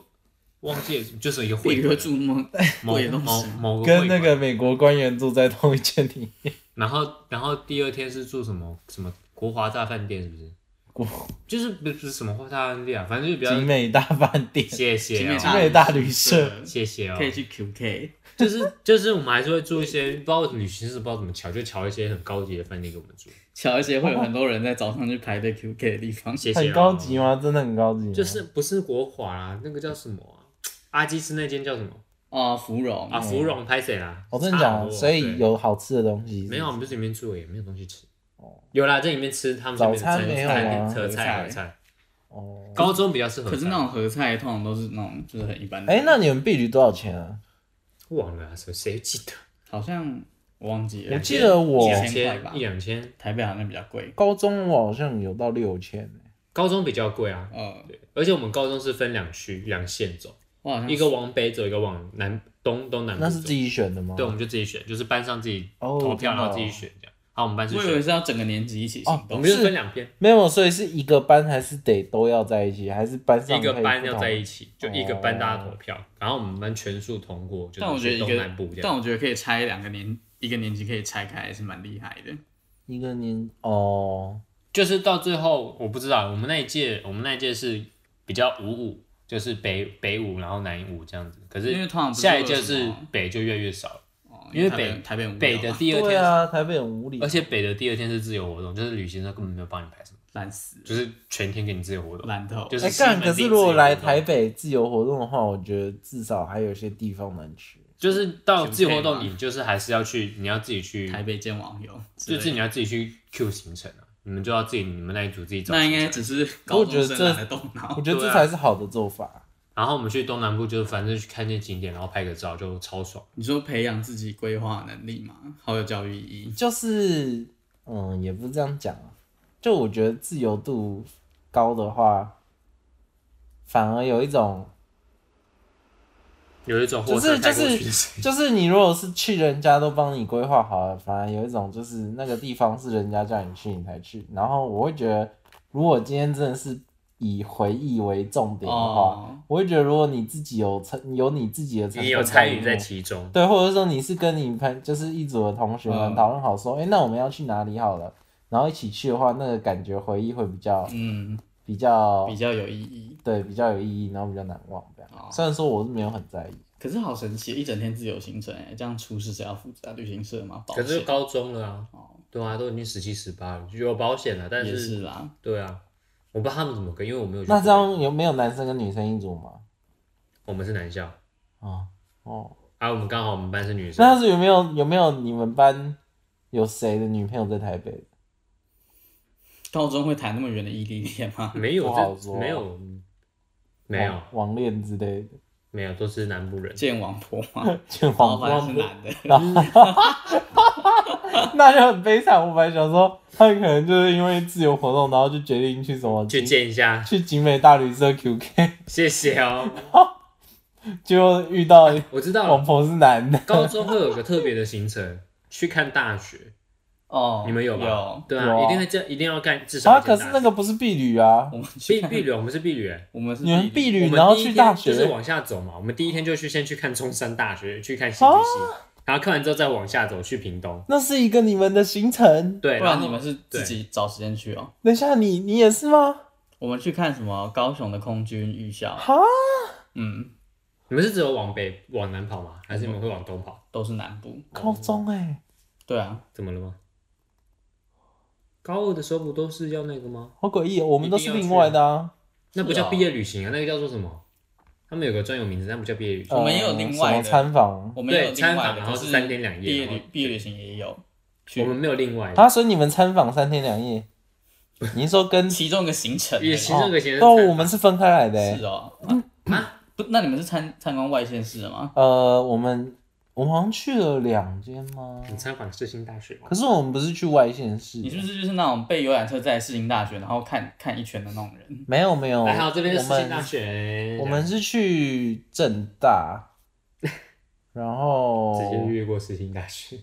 C: 忘记了就是一个
B: 避
C: 会
B: 哥
C: 馆
B: 住那么
C: 某
B: 贵的东
C: 某
B: 西，
C: 某个
A: 跟
C: 会
A: 那
C: 馆
A: 个美国官员住在同一间
C: [laughs]
A: 里，
C: 然后然后第二天是住什么什么国华大饭店是不是？
A: 国
C: 就是不是什么国华大饭店啊，反正就比较
A: 景美大饭店、
C: 谢谢、
B: 美
C: 哦，
A: 景美大旅社
B: 社
C: 谢谢哦
B: 可，以去 QK，
C: [laughs] 就是就是我们还是会住一些，不知道旅行是不知道怎么瞧，就瞧一些很高级的饭店给我们住，
B: 瞧一些会有很多人在早上去排队 QK 的地方。
C: 谢谢、哦。
A: 很高级？吗？真的很高级吗，
C: 就是不是国华啊，那个叫什么啊？阿基斯那间叫什么
B: 哦，芙蓉，
C: 啊？芙蓉拍谁啦？
A: 我嗯哦真的
C: 差
A: 假
C: 很
A: 的？
C: 多
A: 所以
C: 对
A: 有好吃的东西是不
C: 没
A: 是
C: 有？我们就是里面住而已，也没有东西吃。有啦，在里面吃他们这边的
A: 哦早餐没有啊
C: 餐和菜
B: 菜
C: 和菜。
A: 哦。
C: 高中比较适合。
B: 可是那种合菜通常都是那种就是很一般的。
A: 哎、那你们婢女多少钱啊？
C: 忘了啊，谁谁记得？
B: 好像我忘记了，
A: 我记得我
C: 一两
B: 几千块吧
C: 千，一两千。
B: 台北好像比较贵。
A: 高中我好像有到六千、
C: 高中比较贵啊，
B: 呃，
C: 对，而且我们高中是分两区两线走，
B: 我好像
C: 一个往北走，一个往南东东南
A: 嗯
C: 部
A: 那是
C: 走
A: 自。己选的吗？
C: 对，我们就自己选，就是班上自己
A: 哦
C: 投
A: 真的
C: 票，
A: 哦
C: 然后自己选这样。好，我们班是
B: 我以为
C: 选，
B: 是要整个年级一起行
C: 我
B: 动
C: 们。就分两边，
A: 没有，所以是一个班还是得都要在一起，还是班上
C: 一个班
A: 可以不哦
C: 要
A: 同
C: 在一起，就一个班大家投票，然后我们班全数通过，就
B: 但我
C: 是
B: 觉得
C: 去
B: 一
C: 东南部
B: 个，
C: 这
B: 但
C: 样。
B: 我觉得可以拆两个年，一个年级可以拆开，还是蛮厉害的。
A: 一个年哦，
C: 就是到最后，我不知道我们那一届，我们那一届是比较五五，就是北北五，然后南五这样子。可
B: 因为
C: 是
B: 通常不是
C: 下
B: 会
C: 一
B: 有
C: 届
B: 什
C: 是
B: 么
C: 北就越来越少了。
B: 哦
C: 因为
B: 台
C: 北
B: 台北很无聊
C: 北的第二
A: 对
C: 天，
A: 啊，台北很无理，
C: 而且北的第二天是自由活动，就是旅行社根本没有帮你排什么，
B: 烂死
C: 就是全天给你自由活动。
B: 烂透，
C: 就是
A: 哎
C: 西门
A: 干、
C: 町
A: 可是如果来
C: 自由活动
A: 台北自由活动的话，我觉得至少还有些地方能去。
C: 就是到自由活
B: 行
C: 动，
B: 程嘛
C: 你就是还是要去，你要自己去，
B: 台北见网友之
C: 就
B: 类的，
C: 是你要自己去 Q 行程啊，你们就要自己你们那一组自己找行
B: 那
C: 程。
B: 应该只
C: 啊
B: 是高中生懒得动
A: 我
B: 脑。
A: 觉得这
C: 对啊
A: 才是好的做法。
C: 然后我们去东南部，就是反正去看见景点，然后拍个照就超爽。
B: 你说培养自己规划能力嘛，好有教育意
C: 啊
B: 义。
A: 就是，嗯，也不是这样讲啊。就我觉得自由度高的话，反而有一种，
C: 有一种
A: 就
C: 火车
A: 是就
C: 开过去的
A: 是就是你如果是去人家都帮你规划好了，反而有一种就是那个地方是人家叫你去你才去。然后我会觉得，如果今天真的是以回忆为重点的话，
B: 哦，
A: 我会觉得如果你自己有成有你自己的成
C: [laughs]
A: 分
C: 你有
A: 在
C: 参
A: 里
C: 与在
A: 面
C: 其中，
A: 对，或者说你是跟你朋就是一组的同学们
B: 嗯
A: 讨论好说，哎、那我们要去哪里好了，然后一起去的话，那个感觉回忆会比较
B: 嗯，
A: 比较
B: 比较有意义。
A: 对比较有意义，然后比较难忘这样。
B: 哦
A: 虽然说我是没有很在意，
B: 可是好神奇，一整天自由行程哎，这样出事谁要负责啊？旅行社吗？保
C: 可是
B: 险
C: 高中了啊，
B: 哦，
C: 对啊，都已经十七十八了，有保险了，但
B: 也
C: 是
B: 是啦。
C: 对啊，我不知道他们怎么跟，因为我没有去过。
A: 那这样有没有男生跟女生一组吗？
C: 我们是男校，
A: 啊、哦，
C: 啊，我们刚好我们班是女生，
A: 那是有没有有没有你们班有谁的女朋友在台北？
B: 高中会谈那么远的异地恋吗？ [laughs]
C: 没有
A: 不好
C: 这
A: 说啊哦
C: 没有没有
A: 网网恋之类的，
C: 没有，都是南部人。
B: 见网婆吗？
C: [laughs]
A: 就
B: 老
A: 网
B: 板是
A: 网
B: 男的，
A: [laughs] 那就很悲惨。我本来想说，他可能就是因为自由活动，然后就决定去什么
C: 去
A: 景
C: 见一下，
A: 去景美大旅社 [laughs] QK，
C: 谢谢哦。
A: 结果遇到
C: 我知道了，
A: 王婆是男
C: [laughs]
A: 的，
C: 高中会有个特别的行程，去看大学，
B: 哦，
C: 你们有吧？
B: 有，
C: 对
A: 有
C: 啊，
A: 啊
C: 一定会这一定要干，至少
A: 啊，
C: 要
A: 可
C: 见
A: 是
C: 大
A: 那
C: 学
A: 个不是婢女啊，
B: 我们
C: [laughs]
B: 去
C: 毕毕旅，我们是毕旅，
B: 我们是
A: 你们
B: 避
A: 婢
C: 我
A: 女
C: 们
A: 然后
C: 第一
A: 去
C: 天
A: 大学啊
C: 就是往下走嘛。我们第一天就去先去看中山大学，去看戏剧系，然后看完之后再往下走去屏东。
A: 那是一个你们的行程。
C: 对，
B: 不
C: 然
B: 然
C: 后
B: 你们是自己找时间去哦。
A: 等一下你你也是吗？
B: 我们去看什么高雄的空军预校，
A: 哈，
B: 嗯，
C: 你们是只有往北往南跑吗？还是你们会往东跑？
B: 都是南部。
A: 高中哎、
B: 对啊，
C: 怎么了吗？高二的时候不都是要那个吗？
A: 好诡异哦，我们都
C: 一
A: 是
C: 定要去
A: 另外的啊。
C: 那不
B: 是啊
C: 叫毕业旅行啊，那个叫做什么？他们有个专有名字，但不叫毕业旅行。
B: 我们也有另外
A: 呃什
B: 的
A: 么参访
B: 我们也有
C: 对
B: 另外
C: 参
B: 的，
C: 访然后
B: 可
C: 是
B: 是
C: 三天两夜
B: 毕业旅
C: 然后
B: 毕业旅行也有，去
C: 我们没有另外的。
A: 啊，所以你们参访三天两
C: [laughs]
A: 夜，你是说跟
B: 其中一个行程而已。
C: 也行其中一个行程
A: 哦，
C: 参访
A: 我们是分开来的、欸。
B: 是哦，啊，不，那你们是参参观外县市的吗？
A: 呃，我们我们好像去了两间吗？
C: 你参访世新大学吗
A: 可？是我们不是去外县市
B: 你，是不是就是那种被游览车载世新大学，然后看看一圈的那种人？
A: 没有没有，
C: 还哎好这边是
A: 哦我
C: 世新大
A: 们
C: 学，
A: 我们是去正大，然后
C: 直接越过世新大学，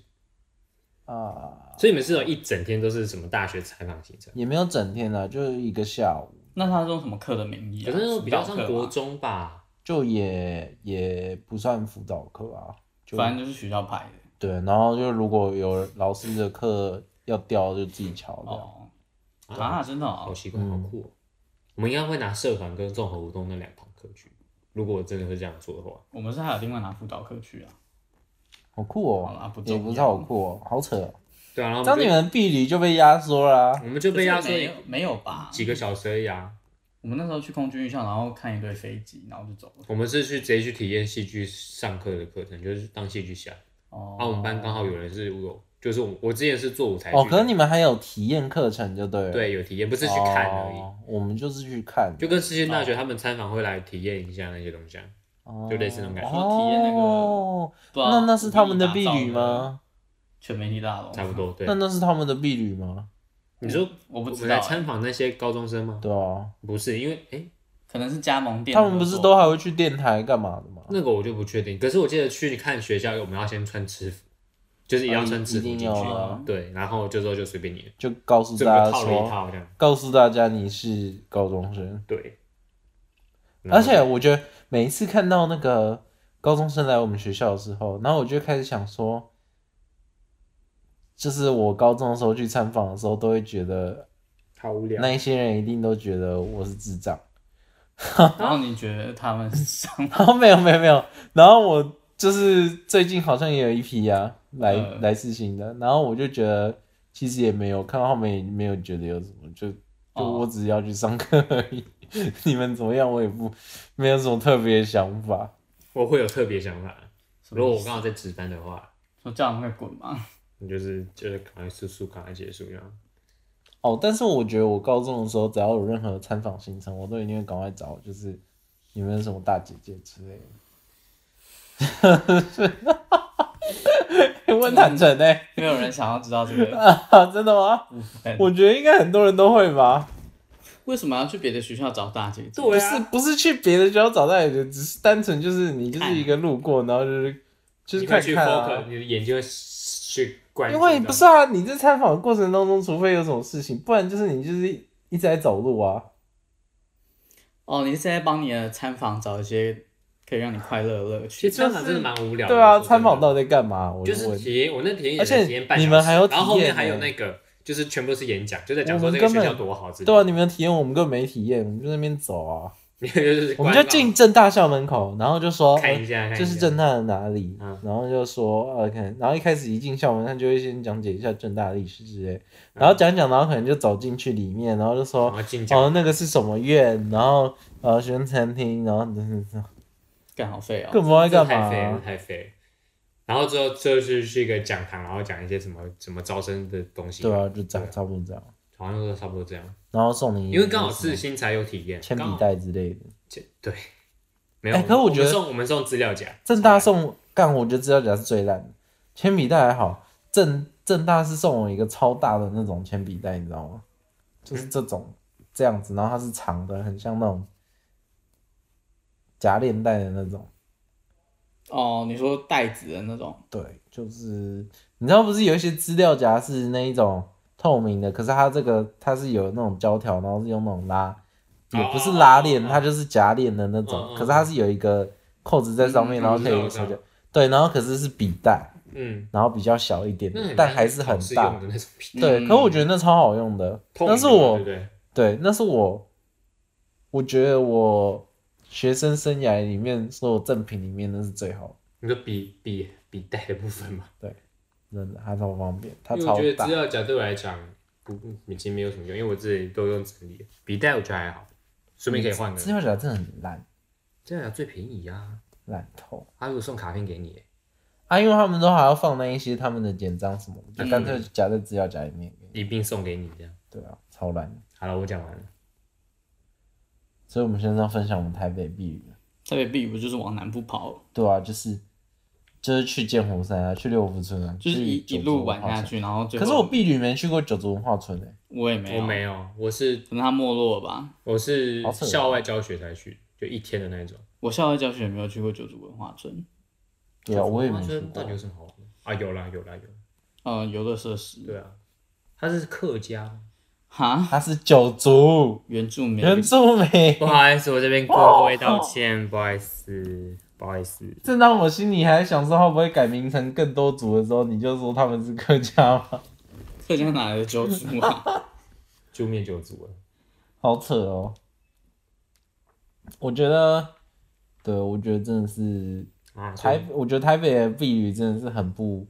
A: 啊、
C: 所以你们是有一整天都是什么大学采访行程？
A: 也没有整天啊，就是一个下午，
B: 那他是用什么课的名义、啊？
C: 可是那种比较
B: 辅
C: 像
B: 导课
C: 国
B: 吧，
C: 中吧，
A: 就也也不算辅导课啊，就
B: 反正就是学校派的。
A: 对，然后就如果有老师的课要调，就自己瞧这样。
B: 哦，啊，真的
C: 好
B: 哦，
C: 奇怪，
A: 嗯
C: 好酷、哦。我们应该会拿社团跟综合活动那两堂课去，如果我真的会这样做的话。
B: 我们是还有另外拿辅导课去啊。
A: 好酷哦、
B: 好啦不重
A: 也
B: 要
A: 不是好酷哦、好扯哦、
C: 对啊，然后
A: 这
C: 我
A: 样你
C: 们就
A: 们避旅就被压缩啦、
C: 我们就被压缩
B: 没有没有吧？
C: 几个小时而已啊。
B: 我们那时候去空军预校，然后看一堆飞机，然后就走了。
C: 我们是去直接去体验戏剧上课的课程，就是当戏剧系啊。
B: 哦，
C: 啊，我们班刚好有人是有，就是我我之前是做舞台剧的
A: 哦，可是你们还有体验课程就对了，，
C: 哎对有体验，不是去看而已。
A: 哦。我们就是去看，
C: 就跟世新大学他们参访会来体验一下那些东西啊，
A: 哦
C: 就类似那种感觉
B: 说体验那个
A: 哦
B: 不知道
A: 那那是他们的
B: 故意
A: 避
B: 打造
A: 旅吗？
B: 全媒体大楼
C: 差不。多。对
A: 哦那，那是他们的避旅吗？
C: 你说
B: 我不
C: 我
B: 知
C: 们
B: 道
C: 来
B: 欸
C: 参访那些高中生吗？
A: 对啊，
C: 不是，因为哎、
B: 可能是加盟店的
A: 他
B: 合
A: 们
B: 作。
A: 不是都还会去电台干嘛的吗？
C: 那个我就不确定。可是我记得去看学校，我们要先穿制服，就是也要穿制服进去。
A: 一定要啊
C: 对，然后就之后就随便你了，
A: 就告诉
C: 这
A: 大家
C: 个套了一
A: 说，
C: 套这样。
A: 告诉大家你是高中生，
C: 对，
A: 啊
B: 嗯
A: 而且我觉得每一次看到那个高中生来我们学校的时候，然后我就开始想说，就是我高中的时候去参访的时候，都会觉得
C: 好无聊
A: 那一些人一定都觉得我是智障。 [laughs]
B: 然后你觉得他们是上
A: 然后没有没有没有，然后我就是最近好像也有一批啊来、
B: 嗯
A: 来试行的，然后我就觉得其实也没有看到后面也没有觉得有什么，就就
B: 哦
A: 我只是要去上课而已。 [laughs] 你们怎么样，我也不没有什么特别的想法。
C: 我会有特别想法，
B: 什么
C: 如果我刚好在值班的话，
B: 说叫他们快滚嘛？ [laughs]
C: 你就是就是赶快速速赶快结束这样。
A: 哦，但是我觉得我高中的时候，只要有任何参访行程，我都一定会赶快找，就是你们有什么大姐姐之类的。 [laughs] 问坦诚呢、
B: 没有人想要知道这个
A: 啊， [laughs] 真的吗？
B: 部
C: 嗯
B: 分。
A: 我觉得应该很多人都会吧。
B: 为什么要去别的学校找大姐姐？
C: 对啊
A: 不是不是去别的学校找代理人，只是单纯就是你就是一个路过，然后就是就是
C: 你
A: 看
C: 会去
A: 看
C: focus，
A: 啊。
C: 你的眼睛会去关注
A: 因
C: 到。
A: 为不是啊，你在参访的过程当中，除非有什么事情，不然就是你就是一一直在走路啊。
B: [laughs] 哦，你是在帮你的参访找一些可以让你快乐的乐趣
C: 其实。参访真的蛮无聊的。
A: 对啊，
C: 说真的
A: 参访到底在干嘛？我
C: 就是
A: 问。
C: 体验，我那体验也
A: 而且
C: 是体验半
A: 你
C: 小
A: 们
C: 时
A: 还有
C: 然后后
A: 体
C: 面
A: 验
C: 还有
A: 呢
C: 那个，就是全部是演讲，就在讲
A: 我
C: 说
A: 们
C: 这个
A: 根
C: 学校
A: 本
C: 多好之类的。
A: 对啊，你们有体验，我们根本没体验，我们就在那边走啊。
C: 你 [laughs] 就是
A: 我
C: 观
A: 们
C: 望
A: 就进正大校门口，然后就说呃
C: 看一下，看一下
A: 这是正大的哪里
C: 嗯，
A: 然后就说呃，可能，然后一开始一进校门，他就会先讲解一下正大的历史之
C: 嗯
A: 类，然后讲讲，然后可能就走进去里面，然后就
C: 然
A: 说
C: 后进讲，
A: 哦，那个是什么院，然后呃，学生餐厅，然后等等等，
B: 干好废哦！
A: 更不知道在
C: 这
A: 干
C: 太废了，
A: 嘛。啊
C: 太废了。然后之后就是去一个讲堂，然后讲一些什么什么招生的东西，
A: 对啊，就这样，差不多这样。
C: 好像都差不多这样。
A: 然后送你一个
C: 因为刚好
A: 什么
C: 是新才有体验，
A: 铅笔
C: 刚好
A: 袋之类的，
C: 对，没有。
A: 哎可我
C: 我们
A: 觉得
C: 送我们送资料夹，
A: 正大送干，我就知道讲是最烂的。铅笔袋还好，正正大是送我一个超大的那种铅笔袋，你知道吗？就是
C: 嗯
A: 这种、这样子，然后它是长的，很像那种夹链袋的那种。
B: 哦，你说袋子的那种，
A: 对，就是你知道不是有一些资料夹是那一种透明的，可是它这个它是有那种胶条，然后是用那种拉，也不是拉链，
C: 哦哦哦
A: 它就是夹链的那种
C: 嗯嗯，
A: 可是它是有一个扣子在上面，
C: 嗯
A: 然后可
C: 我知道
A: 以
C: 我知
A: 抽
C: 道
A: 掉。对，然后可是是笔袋，
C: 嗯，
A: 然后比较小一点
C: 那
A: 点
C: 很，
A: 但还是很
C: 好吃
A: 大
C: 用。的那种
A: [laughs]
C: 笔，
A: 对，
B: 嗯
A: 可我觉得那超好用的，
C: 透
A: 那
C: 明的
A: 是我
C: 对不对？
A: 对，那是我，我觉得我学生生涯里面所有赠品里面，那是最好的，
C: 你说笔笔笔袋的部分嘛，
A: 真的，它超方便，它
C: 因为
A: 超
C: 我觉得
A: 大
C: 资。料夹对我来讲不已经没有什么用，因为我自己都用整理的，笔袋我觉得还好，顺便可以换个
A: 资料夹真的很烂，
C: 资料夹最便宜啊，
A: 烂透。
C: 他如果送卡片给你，
A: 啊，因为他们都还要放那一些他们的简章什么的，
B: 嗯
A: 就干脆夹在资料夹里面。
C: 一并送给你这样。
A: 对啊，超烂的。
C: 好了，我讲完了。
A: 所以我们现在要分享我们台北避雨，
B: 台北避雨不就是往南部跑，
A: 对啊，就是就是去剑湖山啊，去六福村啊，
B: 就是一
A: 去
B: 一
A: 九
B: 路
A: 族
B: 玩
A: 文化
B: 下
A: 村。
B: 去，然后最
A: 可
B: 后
A: 是我
C: 哦
A: 避旅没去过九族文化村欸诶、
B: 我也没
C: 我
B: 有，
C: 没有，我是
B: 可能他没落了吧。
C: 我是
A: 好扯哦
C: 校外教学才去，就一天的那种。
B: 我校外教学也没有去过九族文化村，
A: 对啊，我也没
C: 哇这
A: 去过
C: 到。底有什么好玩的啊？有啦有啦有，
B: 呃，游乐设施，
C: 对啊，它是客家。
B: 哈，
A: 它是九族
B: 原住民，
A: 原住民， [laughs]
C: 不好意思，我这边跟各位道歉，不好意思，不好意思。
A: 正当我心里还想说会不会改名成更多族的时候，你就说他们是客家吗？ [laughs]
B: 客家哪来的九族啊？
C: 就灭九族了，
A: 好扯哦。我觉得，对，我觉得真的是
C: 啊，所以
A: 台，我觉得台北的避旅真的是很不，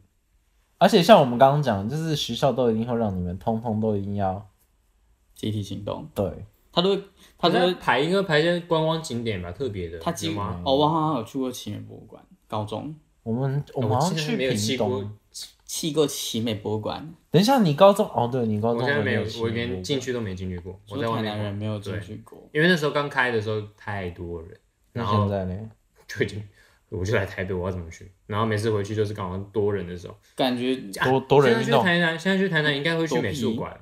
A: 而且像我们刚刚讲，就是学校都一定会让你们通通都一定要
B: 集体行动，
A: 对，
B: 他都会，他都
C: 在
B: 会，
C: 排应该排在观光景点吧，特别的。
B: 他几
C: 有
B: 乎
C: 吗？
B: 哦，我好像有去过奇美博物馆，高中
A: 我们我
C: 哦
A: 们好像
C: 现在
A: 去
C: 没有
A: 屏
C: 去过
A: 东。，
B: 去过奇美博物馆，
A: 等一下，你高中哦，对你高
C: 我
A: 中
C: 现在没有，
A: 去
C: 我连
A: 过
C: 进去都没进去过，我
B: 说
C: 在外
B: 台
C: 面
B: 南人
C: 逛，
B: 没有进
C: 对
B: 去过，
C: 因为那时候刚开的时候太多人，
A: 那
C: 然后
A: 现在呢？
C: 就已经，我就来台北，我要怎么去？然后每次回去就是刚好多人的时候，
B: 感觉
A: 多多人运
C: 啊现在去
A: 动，
C: 台南，现在去台南应该会去
B: 躲避
C: 美术馆啊。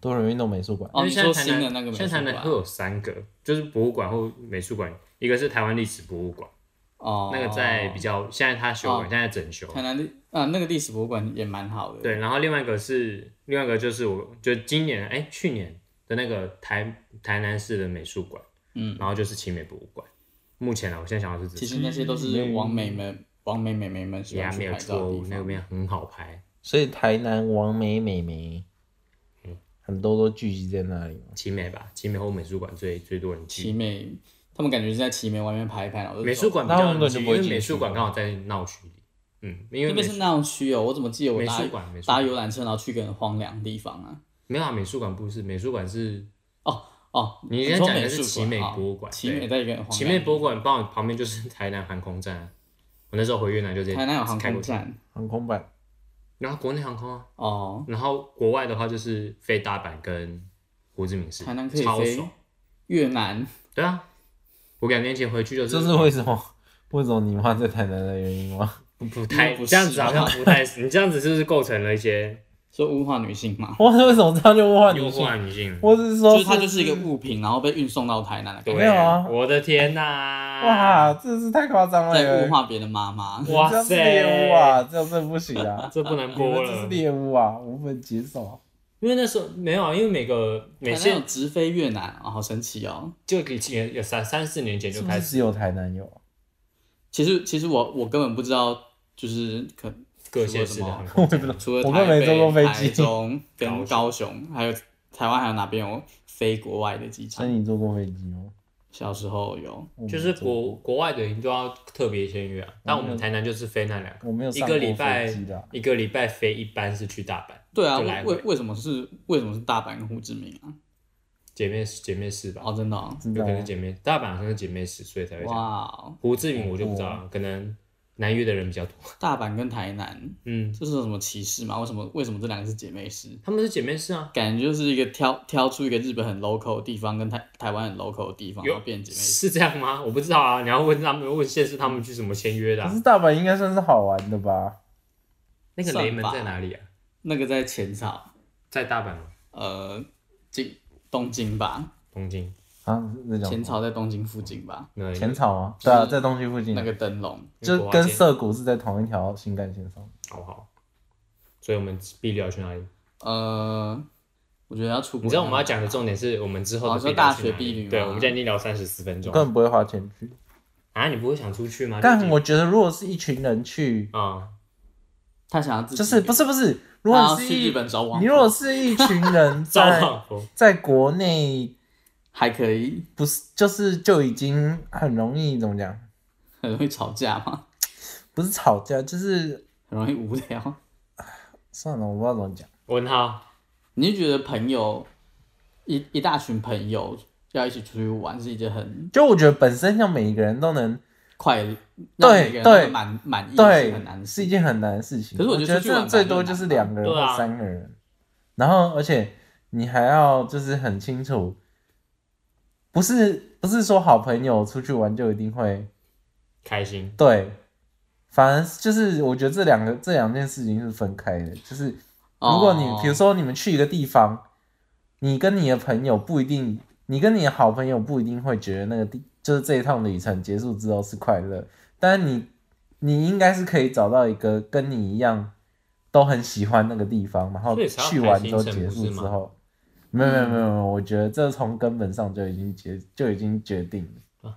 A: 多人运动美术馆，
B: 哦，
C: 因为
B: 你
C: 现
B: 说
C: 在台
B: 新
C: 南
B: 的那个美
C: 现
B: 术
C: 在台南会
B: 馆啊
C: 有三个，就是博物馆或美术馆，一个是台湾历史博物馆，
B: 哦，
C: 那个在比较现在它修
B: 哦
C: 馆，现在整修。
B: 台南的啊，那个历史博物馆也蛮好的，
C: 对，然后另外一个是另外一个就是我就今年哎去年的那个台台南市的美术馆，
B: 嗯，
C: 然后就是奇美博物馆。目前啊，我现在想到是
B: 其
C: 只
B: 实那些都是王美们、王美美眉们喜
C: 也
B: 欢
C: 没
B: 去
C: 有
B: 拍照
C: 错
B: 的地
C: 误，那个
B: 方。
C: 边很好拍，
A: 所以台南王美美眉，很多都聚集在那里嘛。
C: 奇美吧，奇美或美术馆最最多人去
B: 奇。美，他们感觉是在奇美外面拍一拍，然后就走
C: 美术馆比
A: 那
C: 较
A: 我们
C: 安
A: 就
C: 静
A: 不会
C: 因为
A: 进
C: 美
A: 去
C: 术馆
A: 了
C: 刚好在闹区里。嗯，因
B: 那
C: 为美
B: 边
C: 术
B: 是闹区哦，我怎么记得我
C: 美术
B: 搭
C: 馆美术
B: 搭
C: 馆
B: 游览车然后去一个很荒凉的地方啊？
C: 没有啊，美术馆不是美术馆是
B: 哦，
C: 你
B: 你
C: 现在
B: 说
C: 讲
B: 美
C: 的是
B: 术
C: 奇美
B: 馆
C: 博物
B: 哦
C: 馆
B: 奇美
C: 对
B: 在一个很荒
C: 奇
B: 凉
C: 美
B: 的
C: 博物馆，帮我旁边就是 [laughs] 台南航空站啊。我那时候回越南就直接
B: 台南有航
C: 开
B: 空
C: 过去，
B: 站
A: 航空版
C: 然后国内航空啊，
B: 哦，
C: 然后国外的话就是飞大阪跟胡志明市，
B: 台南可以
C: 超
B: 飞
C: 爽。
B: 越南，
C: 对啊，我两年前回去就
A: 这是为什么？为什么你妈在台南的原因吗？ [laughs]
C: 不不太
B: 因为不
C: 这样子
B: 是
C: 好像不太，你这样子是不是构成了一些
B: 说物化女性嘛，
A: 我为什么这样就物化
C: 诱
A: 女性？
C: 惑女性？
A: 我哦只是嗯说
B: 就是它就是一个物品，然后被运送到台南来，
C: 对
A: 没有啊
C: 我的天哪！
A: 哇，真的是太夸张了！
B: 在物化别的妈妈。
A: 哇
C: 哇
A: 这样是
C: 塞，
A: 猎物啊，这样真的不行
C: [laughs]
A: 啊！
C: 这不能
A: 你
C: 播
A: 们这是
C: 了，
A: 猎物啊，无法接受。
C: 因为那时候没有啊，因为每个每
B: 台南有
C: 线
B: 直飞越南啊、好神奇哦！
C: 就以前有三三四年前就是
A: 不
C: 开
A: 是
C: 始
A: 只有台南有啊？
B: 其实其实我我根本不知道，就是可
C: 各县市的
A: [laughs]
C: 航
A: 我
C: 空
A: 也不知道，
B: 除了
A: 我根本没坐过
B: 台
A: 飞
B: 北台
A: 机 [laughs]
B: 中跟
C: 高雄
B: 高雄，还有台湾还有哪边有飞国外的机
A: 所以
B: 场？
A: 你坐过飞机吗？
B: 小时候有，
A: 我没
C: 就是
A: 坐过
C: 国
B: 嗯
C: 国外的你就要特别签约啊。但我们台南就是飞那两个，
A: 啊我没有
C: 一
A: 上
C: 个
A: 过
C: 礼拜
A: 飞机的啊，
C: 一个礼拜飞一班是去大阪，
B: 对啊，
C: 就
B: 为
C: 来
B: 为
C: 回
B: 为什么是为什么是大阪跟胡志明啊？
C: 姐妹姐妹市吧，
B: 哦，真的、哦，
A: 知
C: 有
A: 道
C: 可
A: 吗
C: 能姐妹大阪好像是姐妹市，所以才会这
B: 哇
C: 样。
B: 哦，
C: 胡志明我就不知道啊了，可能南越的人比较多。
B: 大阪跟台南，
C: 嗯，
B: 这是有什么歧视吗？为什么为什么这两个是姐妹市？
C: 他们是姐妹市啊，
B: 感觉就是一个挑挑出一个日本很 local 的地方跟台台湾很 local 的地方，
C: 有
B: 然后哦变姐妹市。
C: 是这样吗？我不知道啊，你要问他们问县市他们去怎么签约的
A: 可
C: 啊。
A: 是大阪应该算是好玩的吧？
C: 那个
B: 算
C: 雷门
B: 吧
C: 在哪里啊？
B: 那个在浅草，
C: 在大阪吗
B: 呃，京东京吧，
C: 东京，
A: 啊，那种
B: 浅草在东京附近吧，
C: 那
A: 浅草吗？
B: 就是
A: 对啊，在东区附近
B: 那，个灯笼。
A: 就跟涩谷是在同一条新干线上。
C: 好好。所以我们必聊去哪里？
B: 呃，我觉得要出国，
C: 你知道我们要讲的重点是我们之后
B: 哦
C: 的
B: 你说
C: 必聊
B: 大
C: 去
B: 学
C: 哪里
B: 毕旅
C: 对，
B: 吗
C: 我们现在已经聊三十四分
B: 啊
A: 我
C: 钟
A: 根本不会花钱去，
C: 啊！你不会想出去吗？
A: 但
C: 就
A: 我觉得如果是一群人去，
C: 啊，
B: 他想要自己
A: 就是不是不是，如
B: 他
A: 果
B: 要
A: 是
B: 啊去
A: 一
B: 日本找网
A: 你如果是一群
B: [laughs]
A: 人
C: 赵 [laughs]
A: 在
C: 汉风，
A: 在国内，
B: 还可以
A: 不是就是就已经很容易怎么讲？
B: 很容易吵架嘛，
A: 不是吵架，就是
B: 很容易无聊。
A: 算了，我不知道怎么讲。
C: 文浩，
B: 你就觉得朋友一一大群朋友要一起出去玩是一件很
A: 就我觉得本身像每一个人都能
B: 快乐，让每
A: 对
B: 个人
A: 对
B: 都满满意
A: 对，
B: 是很难
A: 是
B: 事
A: 一。件很难的事情。
B: 可是
A: 我
B: 我觉得出去
A: 这
B: 玩
A: 最
B: 本
A: 多
B: 来就
A: 就是
B: 很难
A: 两个人
C: 对啊
A: 或三个人，然后而且你还要就是很清楚，不是不是说好朋友出去玩就一定会
C: 开心，
A: 对，反而就是我觉得这两个这两件事情是分开的，就是
C: 哦
A: 如果你
B: 哦
A: 比如说你们去一个地方，你跟你的朋友不一定，你跟你的好朋友不一定会觉得那个地就是这一趟旅程结束之后是快乐，但你你应该是可以找到一个跟你一样都很喜欢那个地方，然后
C: 所以才要
A: 去完
C: 排行
A: 之后
C: 程
A: 结
C: 不
A: 束
C: 是
A: 之
C: 吗嗯
A: 后，没有没有没有，没有我觉得这从根本上就已经决就已经决定了。 [laughs]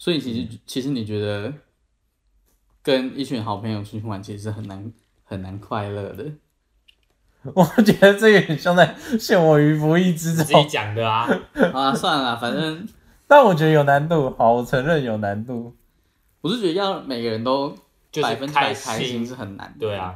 B: 所以其实其实你觉得跟一群好朋友出去玩，其实是很难很难快乐的。
A: 我觉得这有点像在陷我于不义之
C: 自己
A: 中，
C: 讲
B: [laughs]
C: 的啊，
B: 好啊，算了啦，反正
A: 但我觉得有难度。好，我承认有难度。
B: 我是觉得要每个人都
C: 就
B: 百
C: 是
B: 分之百
C: 开
B: 开心
C: 心
B: 是，很难的。
C: 对，啊。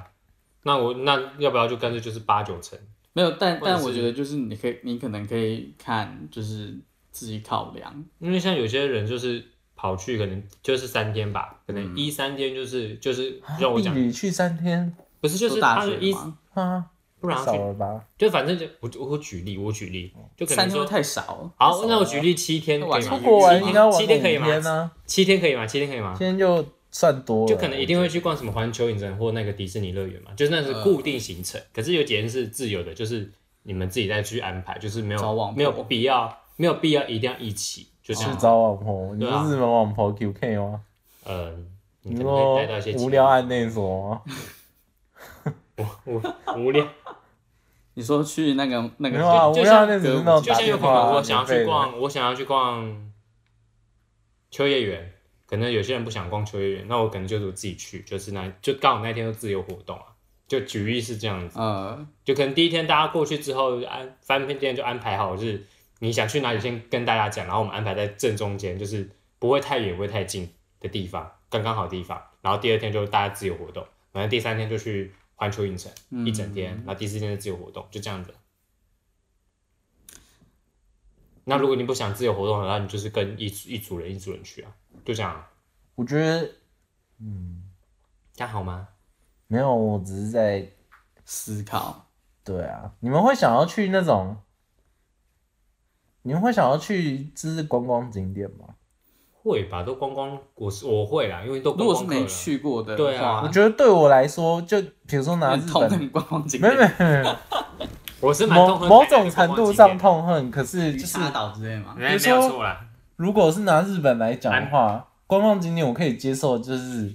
C: 那我那要不要就干脆就是八九成？
B: 没有，但
C: 或者
B: 但我
C: 是
B: 觉得就是你可以，你可能可以看，就是自己考量。
C: 因为像有些人就是跑去，可能就是三天吧，可
B: 嗯
C: 能一三天就是就是
B: 啊
C: 让我
A: 避
C: 讲，
A: 旅去三天
C: 不是就是
B: 读
C: 他
B: 大
C: 们一
B: 学嘛，
A: 啊，
C: 不然
A: 少
C: 去，
A: 了吧？
C: 就反正就我我我举例，我举例，就可
B: 哦三
C: 能
B: 天会
C: 说
B: 太少。
C: 好，那我举例七天可以
B: 晚
C: 吗？
B: 上
A: 出国玩
B: 七
A: 应该玩
C: 七天可以
A: 五
C: 吗？
A: 天呢，
C: 七天可以吗？七天可以吗
A: 今？天就算多了，
C: 就可能一定会去逛什么环球影城或那个迪士尼乐园嘛，就是那是固定行程。可是有几天是自由的，就是你们自己再去安排，就是没
B: 找
C: 有
B: 网
C: 没有
B: 婆
C: 必要，没有必要一定要一起，就这
A: 去
C: 样。
A: 找网婆。你
C: 对啊
A: 不是日本网婆 QK 吗？
C: 嗯，你
A: 你
C: 可能可
A: 说
C: 以带到一些
A: 哦无
C: 情
A: 聊啊
C: 侣
A: 案内所吗？
C: 无无聊，
B: 你说去那个那
A: 没
B: 个
A: 有啊，无
C: 就
A: 聊案内所
B: 像
A: 是那种
C: 就
A: 打
C: 像有
A: 电
C: 可
A: 话啊
C: 能我想要
A: 免
C: 去
A: 费的
C: 逛，我想要去逛秋叶原，可能有些人不想逛秋叶原，那我可能就是自己去，就是那就刚好那天都自由活动啊，就举例是这样子。
B: 呃，
C: 就可能第一天大家过去之后，安翻篇店就安排好，就是你想去哪里先跟大家讲，然后我们安排在正中间，就是不会太远，不会太近的地方，刚刚好的地方。然后第二天就大家自由活动，反正第三天就去环球影城、
B: 嗯
C: 一整天，然后第四天是自由活动，就这样子。那如果你不想自由活动的话，你就是跟一一组人一组人去啊，就这样，
A: 我觉得
C: 这样好吗？
A: 没有，我只是在
B: 思考。
A: 对啊，你们会想要去那种，你们会想要去就是观光景点吗？
C: 会吧，都观光，我是我会啦，因为都
B: 如
C: 观
B: 果
C: 光
B: 是
C: 客
B: 没
C: 了
B: 去过的
C: 对啊
B: 话
A: 我觉得对我来说，就比如说拿
B: 很
A: 日
B: 痛
A: 本，
B: 恨观光景
A: 没有
B: 点，
A: 没有没有没有，
C: 我是蛮
A: 某
C: 痛恨
A: 某
C: 台南
A: 种
C: 的
A: 程
C: 观光
A: 度
C: 景
A: 上
C: 点
A: 痛恨，可是就是
B: 沙岛之类嘛。
C: 没没有
A: 比如说
C: 错啦，
A: 如果是拿日本来讲的
C: 哎
A: 话，观光景点我可以接受，就是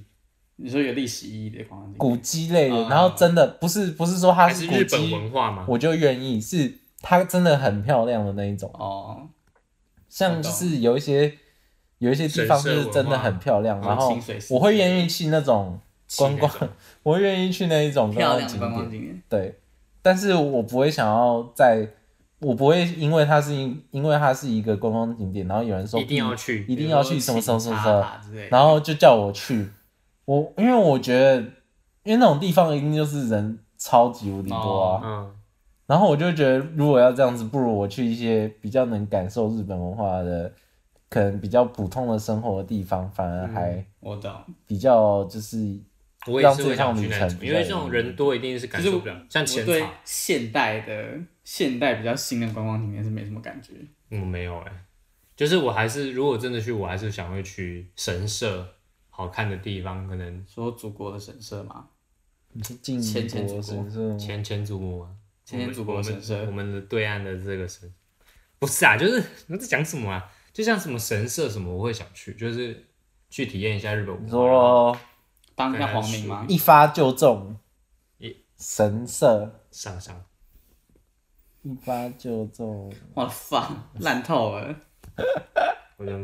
B: 你说有历史意义的观光景点，
A: 古迹类的，
B: 嗯
A: 然后真的不是不是说它
C: 啊还是
A: 古
C: 日本
A: 迹
C: 文化嘛？
A: 我就愿意，是它真的很漂亮的那一种，
B: 哦，
A: 像就是有一些有一些地方就是真的很漂亮，
C: 神
B: 社
A: 然
B: 文化
A: 后
B: 清水寺
A: 我会愿意去那种观光，我会愿意去那一种观
B: 漂
A: 光
B: 亮的
A: 景
B: 观光
A: 点。
B: 景点，
A: 对，但是我不会想要在，我不会因为它是因因为它是一个观光景点，然后有人说
C: 一定要去
A: 一定要去什么什么什么什么，
B: 之类的。
A: 然后就叫我去，我因为我觉得，因为那种地方一定就是人超级无敌多啊，
B: 哦
C: 嗯，
A: 然后我就觉得如果要这样子，不如我去一些比较能感受日本文化的，可能比较普通的生活的地方，反而还
B: 我懂，
A: 比较就是
C: 我也
A: 让
C: 是
A: 这
C: 会
A: 项
C: 想去
A: 旅
C: 那
A: 程
C: 种，
A: 比
C: 因
A: 较有
C: 为这种
A: 意义
C: 人多一定是感受不了，像
B: 我
C: 浅
B: 对
C: 草，
B: 现代的现代比较新的观光景点是没什么感觉。
C: 我没有哎，就是我还是如果真的去，我还是想会去神社好看的地方，可能
B: 说祖国的神社嘛，
A: 进
B: 浅浅
A: 国
B: 祖国
A: 神社吗
C: 千千祖母啊，
B: 千千祖
C: 我
B: 国
C: 们
B: 神社
C: 我们的对岸的这个神，不是啊，就是你在讲什么啊？就像什么神社什么，我会想去，就是去体验一下日本
A: 你
C: 文化。
A: 说
B: 当一下皇民吗？
A: 一发就中
C: 一，
A: 神社
C: 上上，
A: 一发就中，
B: 我的 fuck，烂透了。
C: 我的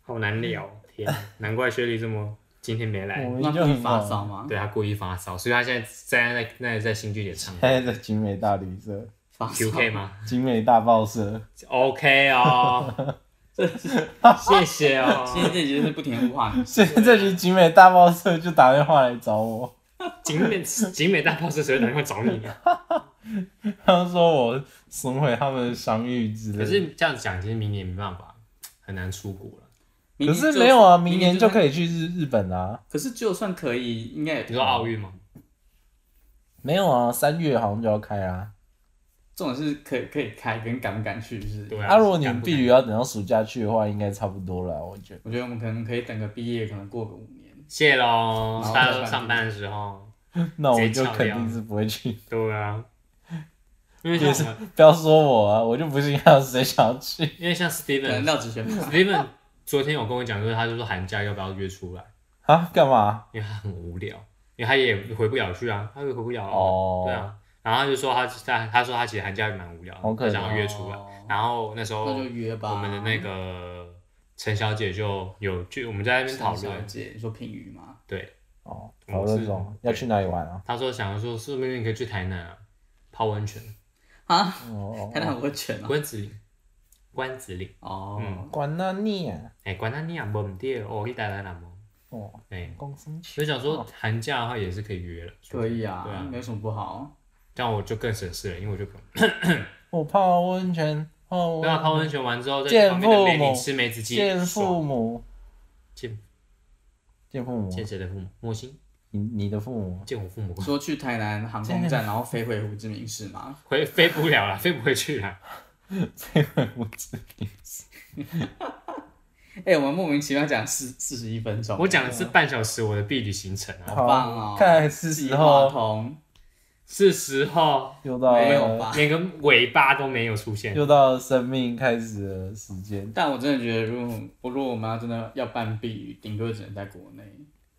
C: 好难聊，天，难怪学历这么今天没来
A: 我，
B: 哎那
A: 们就
B: 故意
A: 很啊
B: 发
A: 忙
B: 烧吗？
C: 对他故意发烧，所以他现在在在那在新据点唱
A: 现在在景美大旅社、
B: 发烧
C: QK
A: [laughs]
C: 吗
A: 景美大报社，
C: ？OK 哦，谢谢
B: 今天
C: 哦，
B: 这集就是不停的物化女
A: 所
B: 性，
A: 以这集景美大报社就打电话来找我，
C: 景美景美大炮是谁会打电话找你？
A: 他们说我损毁他们的商誉之类
C: 可
A: 的。
C: 是这样讲，其实明年没办法，很难出国了。
B: 明
A: 可
B: 年
A: 是
B: 就
A: 没有啊，明
B: 明
A: 年就可
B: 以。
A: 以去日日本啊。
B: 可是就算可以，应该也
C: 你说奥运吗？
A: 没有啊，三月好像就要开啊啦、
B: 这种是可以可以开，跟敢不敢去就是。
C: 对
A: 啊。
C: 啊，
A: 如果你们
C: 敢不
A: 必
C: 敢
A: 须要等到暑假去的话，应该差不多了，啊我觉
C: [laughs]
A: 得。
B: 我觉得我们可能可以等个毕业，可能过个五年。
C: 谢喽
B: 好，
C: 大家都上班的时候，
A: 那我
C: 直接
A: 就
C: 翘
A: 肯
C: 掉
A: 定是不会去。 [laughs]
C: 对啊，因为像我们
A: 不要说我啊，我就不信还有谁想要去。 [laughs]
C: 因为像
B: 可能
C: Steven
B: 廖子轩
C: Steven 昨天有跟我讲说，他就说寒假要不要约出来，
A: 啊，干嘛？
C: 因为他很无聊，因为他也回不了去啊，他也回不了啊
A: 哦
C: 对啊，然后他就说他他他说他其实寒假蛮无聊的，
A: 好可
C: 他
A: 怜
C: 想要约出来，
B: 哦
C: 然后那时候
B: 那就约吧。
C: 我们的那个陈小姐就有就我们在那边讨
B: 沈小
C: 论，
B: 姐，你说评语吗？
C: 对，
A: 哦，
C: 我
A: 讨论
C: 是
A: 中要去哪里玩啊？
C: 他说想要说是不是你可以去台南啊，泡温泉，
B: 啊，
A: 哦，
C: [laughs]
B: 台南很温泉哦。
C: 关子岭，关子岭。
B: 哦
C: 嗯，
A: 管那你啊！
C: 哎、管他你啊，无唔对，哦，去台南南无。
A: 哦，
C: 哎、
A: 公司
C: 所以想说
A: 哦
C: 寒假的话也是可以约了，
B: 可以
C: 对
B: 啊
C: 啊，
B: 没有什么不好。
C: 这样我就更省事了，因为我就不用。
A: 我哦泡温泉，泡温
C: 对啊，泡温泉完之后，在
A: 哦见
C: 旁边的梅
A: 父母
C: 林吃梅子鸡，
A: 见父
C: 爽
A: 母，
C: 见
A: 见父母，
C: 见谁的父母？莫欣，
A: 你你的父母
C: 见我父母， [laughs]
B: 说去台南航空站，然后飞回胡志明市吗？
C: 回飞不了了，飞不回去了。
A: 这位我知
B: 哎，我们莫名其妙讲四四十一分钟，
C: 我讲的是半小时我的避旅行程啊，
B: 好棒哦，
A: 看来是时
B: 计划
A: 候
B: 通
C: 是时候
A: 又到
B: 没有
A: 了
B: 吧？
C: 连个尾巴都没有出现。
A: 又到了生命开始的时间。
B: 但我真的觉得，如果我如果我们要真的要办避雨，顶多只能在国内，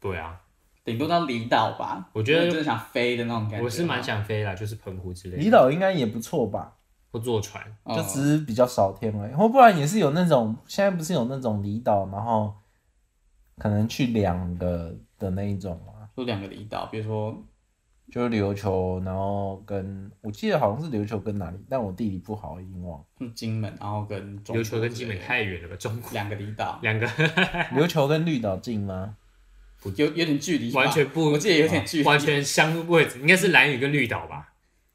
C: 对啊，
B: 顶多到离岛吧。
C: 我觉得
B: 如果真的想飞的那种感觉，啊
C: 我是蛮，想飞啦，就是澎湖之类的，
A: 离岛应该也不错吧？
C: 或坐船。
B: 嗯
A: 就只是比较少天而已，或不然也是有那种现在不是有那种离岛，然后可能去两个的那一种嘛，
B: 说两个离岛，比如说
A: 就是琉球，然后跟我记得好像是琉球跟哪里，但我地理不好，我已经
B: [laughs]
A: 忘了。
B: 嗯金门，然后跟中
C: 琉球
B: 国
C: 跟
B: 之
C: 金
B: 类
C: 门
B: 的
C: 太远了吧？中
B: [laughs]
C: 国
B: 两个离岛，
C: 两个
A: 琉球跟绿岛近吗？
B: 有有点距离吧，
C: 完全不
B: 我记得有点距离，
C: 完全相位置，应该是蓝屿跟绿岛吧？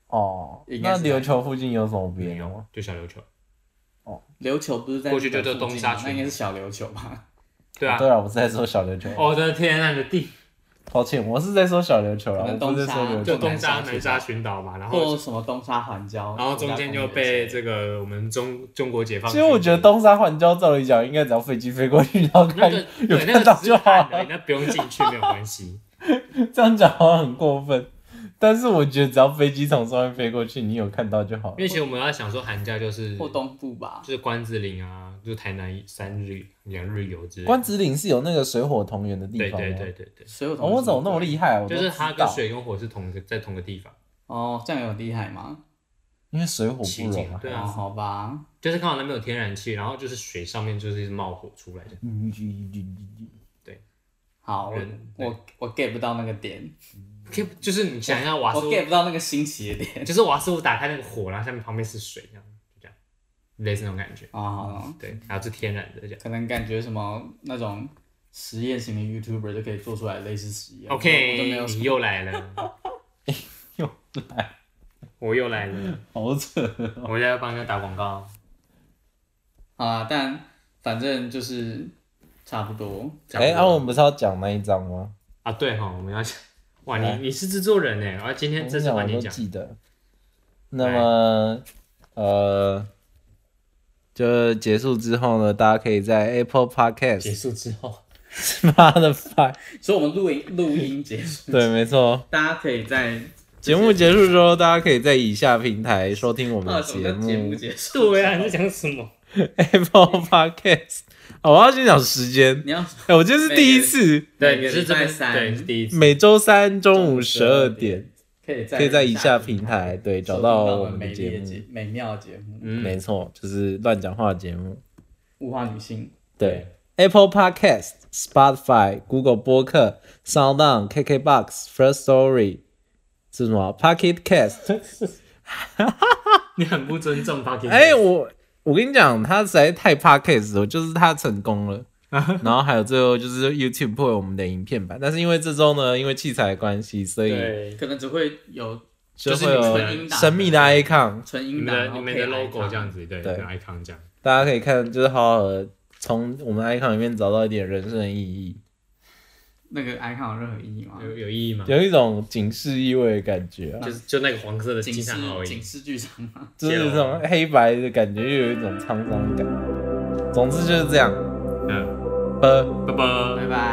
A: 哦，
B: 应该
A: 那
B: 是
A: 琉球附近有啊什么别
C: 没
A: 的
C: 有
A: 吗？，
C: 就小琉球。
B: 琉球不是在
C: 过去
B: 日本
C: 就是
B: 附近
C: 东沙
B: 吗
C: 群
B: 那应该是小琉球吧？
C: 对啊，
A: 对啊，我是在说小琉球，
C: 我的天啊，你的地
A: 抱歉，我是在说小琉球
B: 可
A: 啦，
B: 能
A: 我不
B: 东
A: 是在
B: 沙哦
A: 说琉
C: 就
A: 球。
C: 东沙南沙群岛嘛，然后
B: 或什么东沙环礁，
C: 然后中间就被这个我们中中国解放
A: 其
C: 军。
A: 实我觉得东沙环礁，照理讲应该只要飞机飞过去，然后看 [laughs]
C: 那个
A: 有
C: 对那
A: 看到
C: 个只
A: 就是好
C: 看
A: 了。
C: 的，那不用进去没有关系。
A: 这样讲好像很过分，但是我觉得只要飞机从上面飞过去，你有看到就好
C: 因。为其实我们要想说寒假就是
B: 或
C: 就
B: 东部
A: 哦
B: 吧，
C: 是关子岭啊，就台南三日两日游之类的。
A: 关子岭是有那个水火同源的地
C: 对
A: 方吗
C: 对对对对，
B: 所以我
A: 哦，我怎么那么厉害啊？我都
C: 就是它
A: 知
C: 跟
A: 道，
C: 水跟火是同一个在同个地方，
B: 哦，这样有厉害吗？
A: 因为水火不
C: 奇
A: 容
C: 景
A: 啊。
C: 对
B: 哦
C: 啊，
B: 好吧，
C: 就是刚好那边有天然气，然后就是水上面就是一直冒火出来的。
A: 嗯
B: 好，我
C: 人对
B: 我我 get 不到那个点，
C: 可以就是你想一下瓦斯
B: 我 get 不到那个新奇的点 [laughs]
C: 就是瓦斯炉打开那个火，然后下面旁边是水，这样就这样，类似那种感觉。
B: 啊，哦
C: 对，然后是天然的这样。
B: 可能感觉什么那种实验型的 YouTuber 就可以做出来类似实验我就没
C: OK，
B: 有什
C: 你
B: 么
C: 又来了，
A: [laughs] 又来，
C: 我又来了，
A: [laughs] 好扯哦。
C: 我在帮人家打广告。
B: 好啊，但反正就是差不多，
A: 哎，
C: 差
A: 阿
C: 不多
A: 文不是要讲那一章吗？
C: 啊，对哈，我们要讲， [laughs] 哇，
A: 来
C: 你你是制作人哎，然后今天
A: 我
C: 这次
A: 哦我
C: 换
A: 都
C: 你讲，
A: 记得。那么，呃，就结束之后呢，大家可以在 Apple
C: 结
A: [laughs] Podcast，
C: 束之后，
A: 妈的 fuck，
B: 所以我们录音录音结束，
A: 对，没错。
B: 大家可以在
A: 节目结束之后，大家可以在以下平台收听我们
B: 啊，
A: 的
B: 什么
A: 节
B: 叫节目
A: 目
B: 结束？
C: 对啊，你在讲什么？
A: Apple Podcast。哦，我要先讲时间。
B: 你要
A: 哎、我今天是第一次，
C: 对，你是
B: 礼
C: 这
B: 拜
C: 边
B: 三
C: 对，你是第一次，
A: 每周三中午十二点，
B: 可以在
A: 可以在以下平台对
B: 收
A: 找
B: 听
A: 到
B: 到
A: 我
B: 们
A: 们
B: 美
A: 的
B: 丽
A: 节
B: 的节
A: 目。
B: 美妙的节目，
C: 嗯，
A: 没错，就是乱讲话的节目。
B: 物化女性。
A: 对，哎、 Apple Podcast、Spotify、Google 播客、Sound On、KKBox、First Story 是什么？Pocket Cast？
C: 你很不尊重 Pocket。
A: 哎、我我跟你讲，它实在太 Podcast 了，就是它成功了。然后还有最后就是 YouTube 会有我们的影片版，但是因为这周呢，因为器材的关系，所以
C: 对，
B: 可能只会有
A: 就
C: 就是
A: 会
C: 你们
B: 纯
A: 有
B: 音档
A: 神秘的 icon，
B: 纯
C: 你
B: 音
C: 们
B: 档，
C: 的
B: 然
C: 你
B: 后
C: 们
B: 配
C: 的
B: icon
C: logo 这样子，对，
A: 对
C: 跟 icon 这样。
A: 大家可以看，就是好好的从我们的 icon 里面找到一点人生的意义，
B: 那个 icon 有任何意义吗？
C: 有有意义吗？
A: 有一种警示意味的感觉啊，
C: 就是就那个黄色的
B: 警
C: 金
B: 示
C: 叹号而已
B: 警。示剧场吗？
A: 就是这种黑白的感觉，又有一种沧桑的感觉。总之就是这样，
C: 嗯，
A: 呃。
C: 拜拜
B: 拜。拜。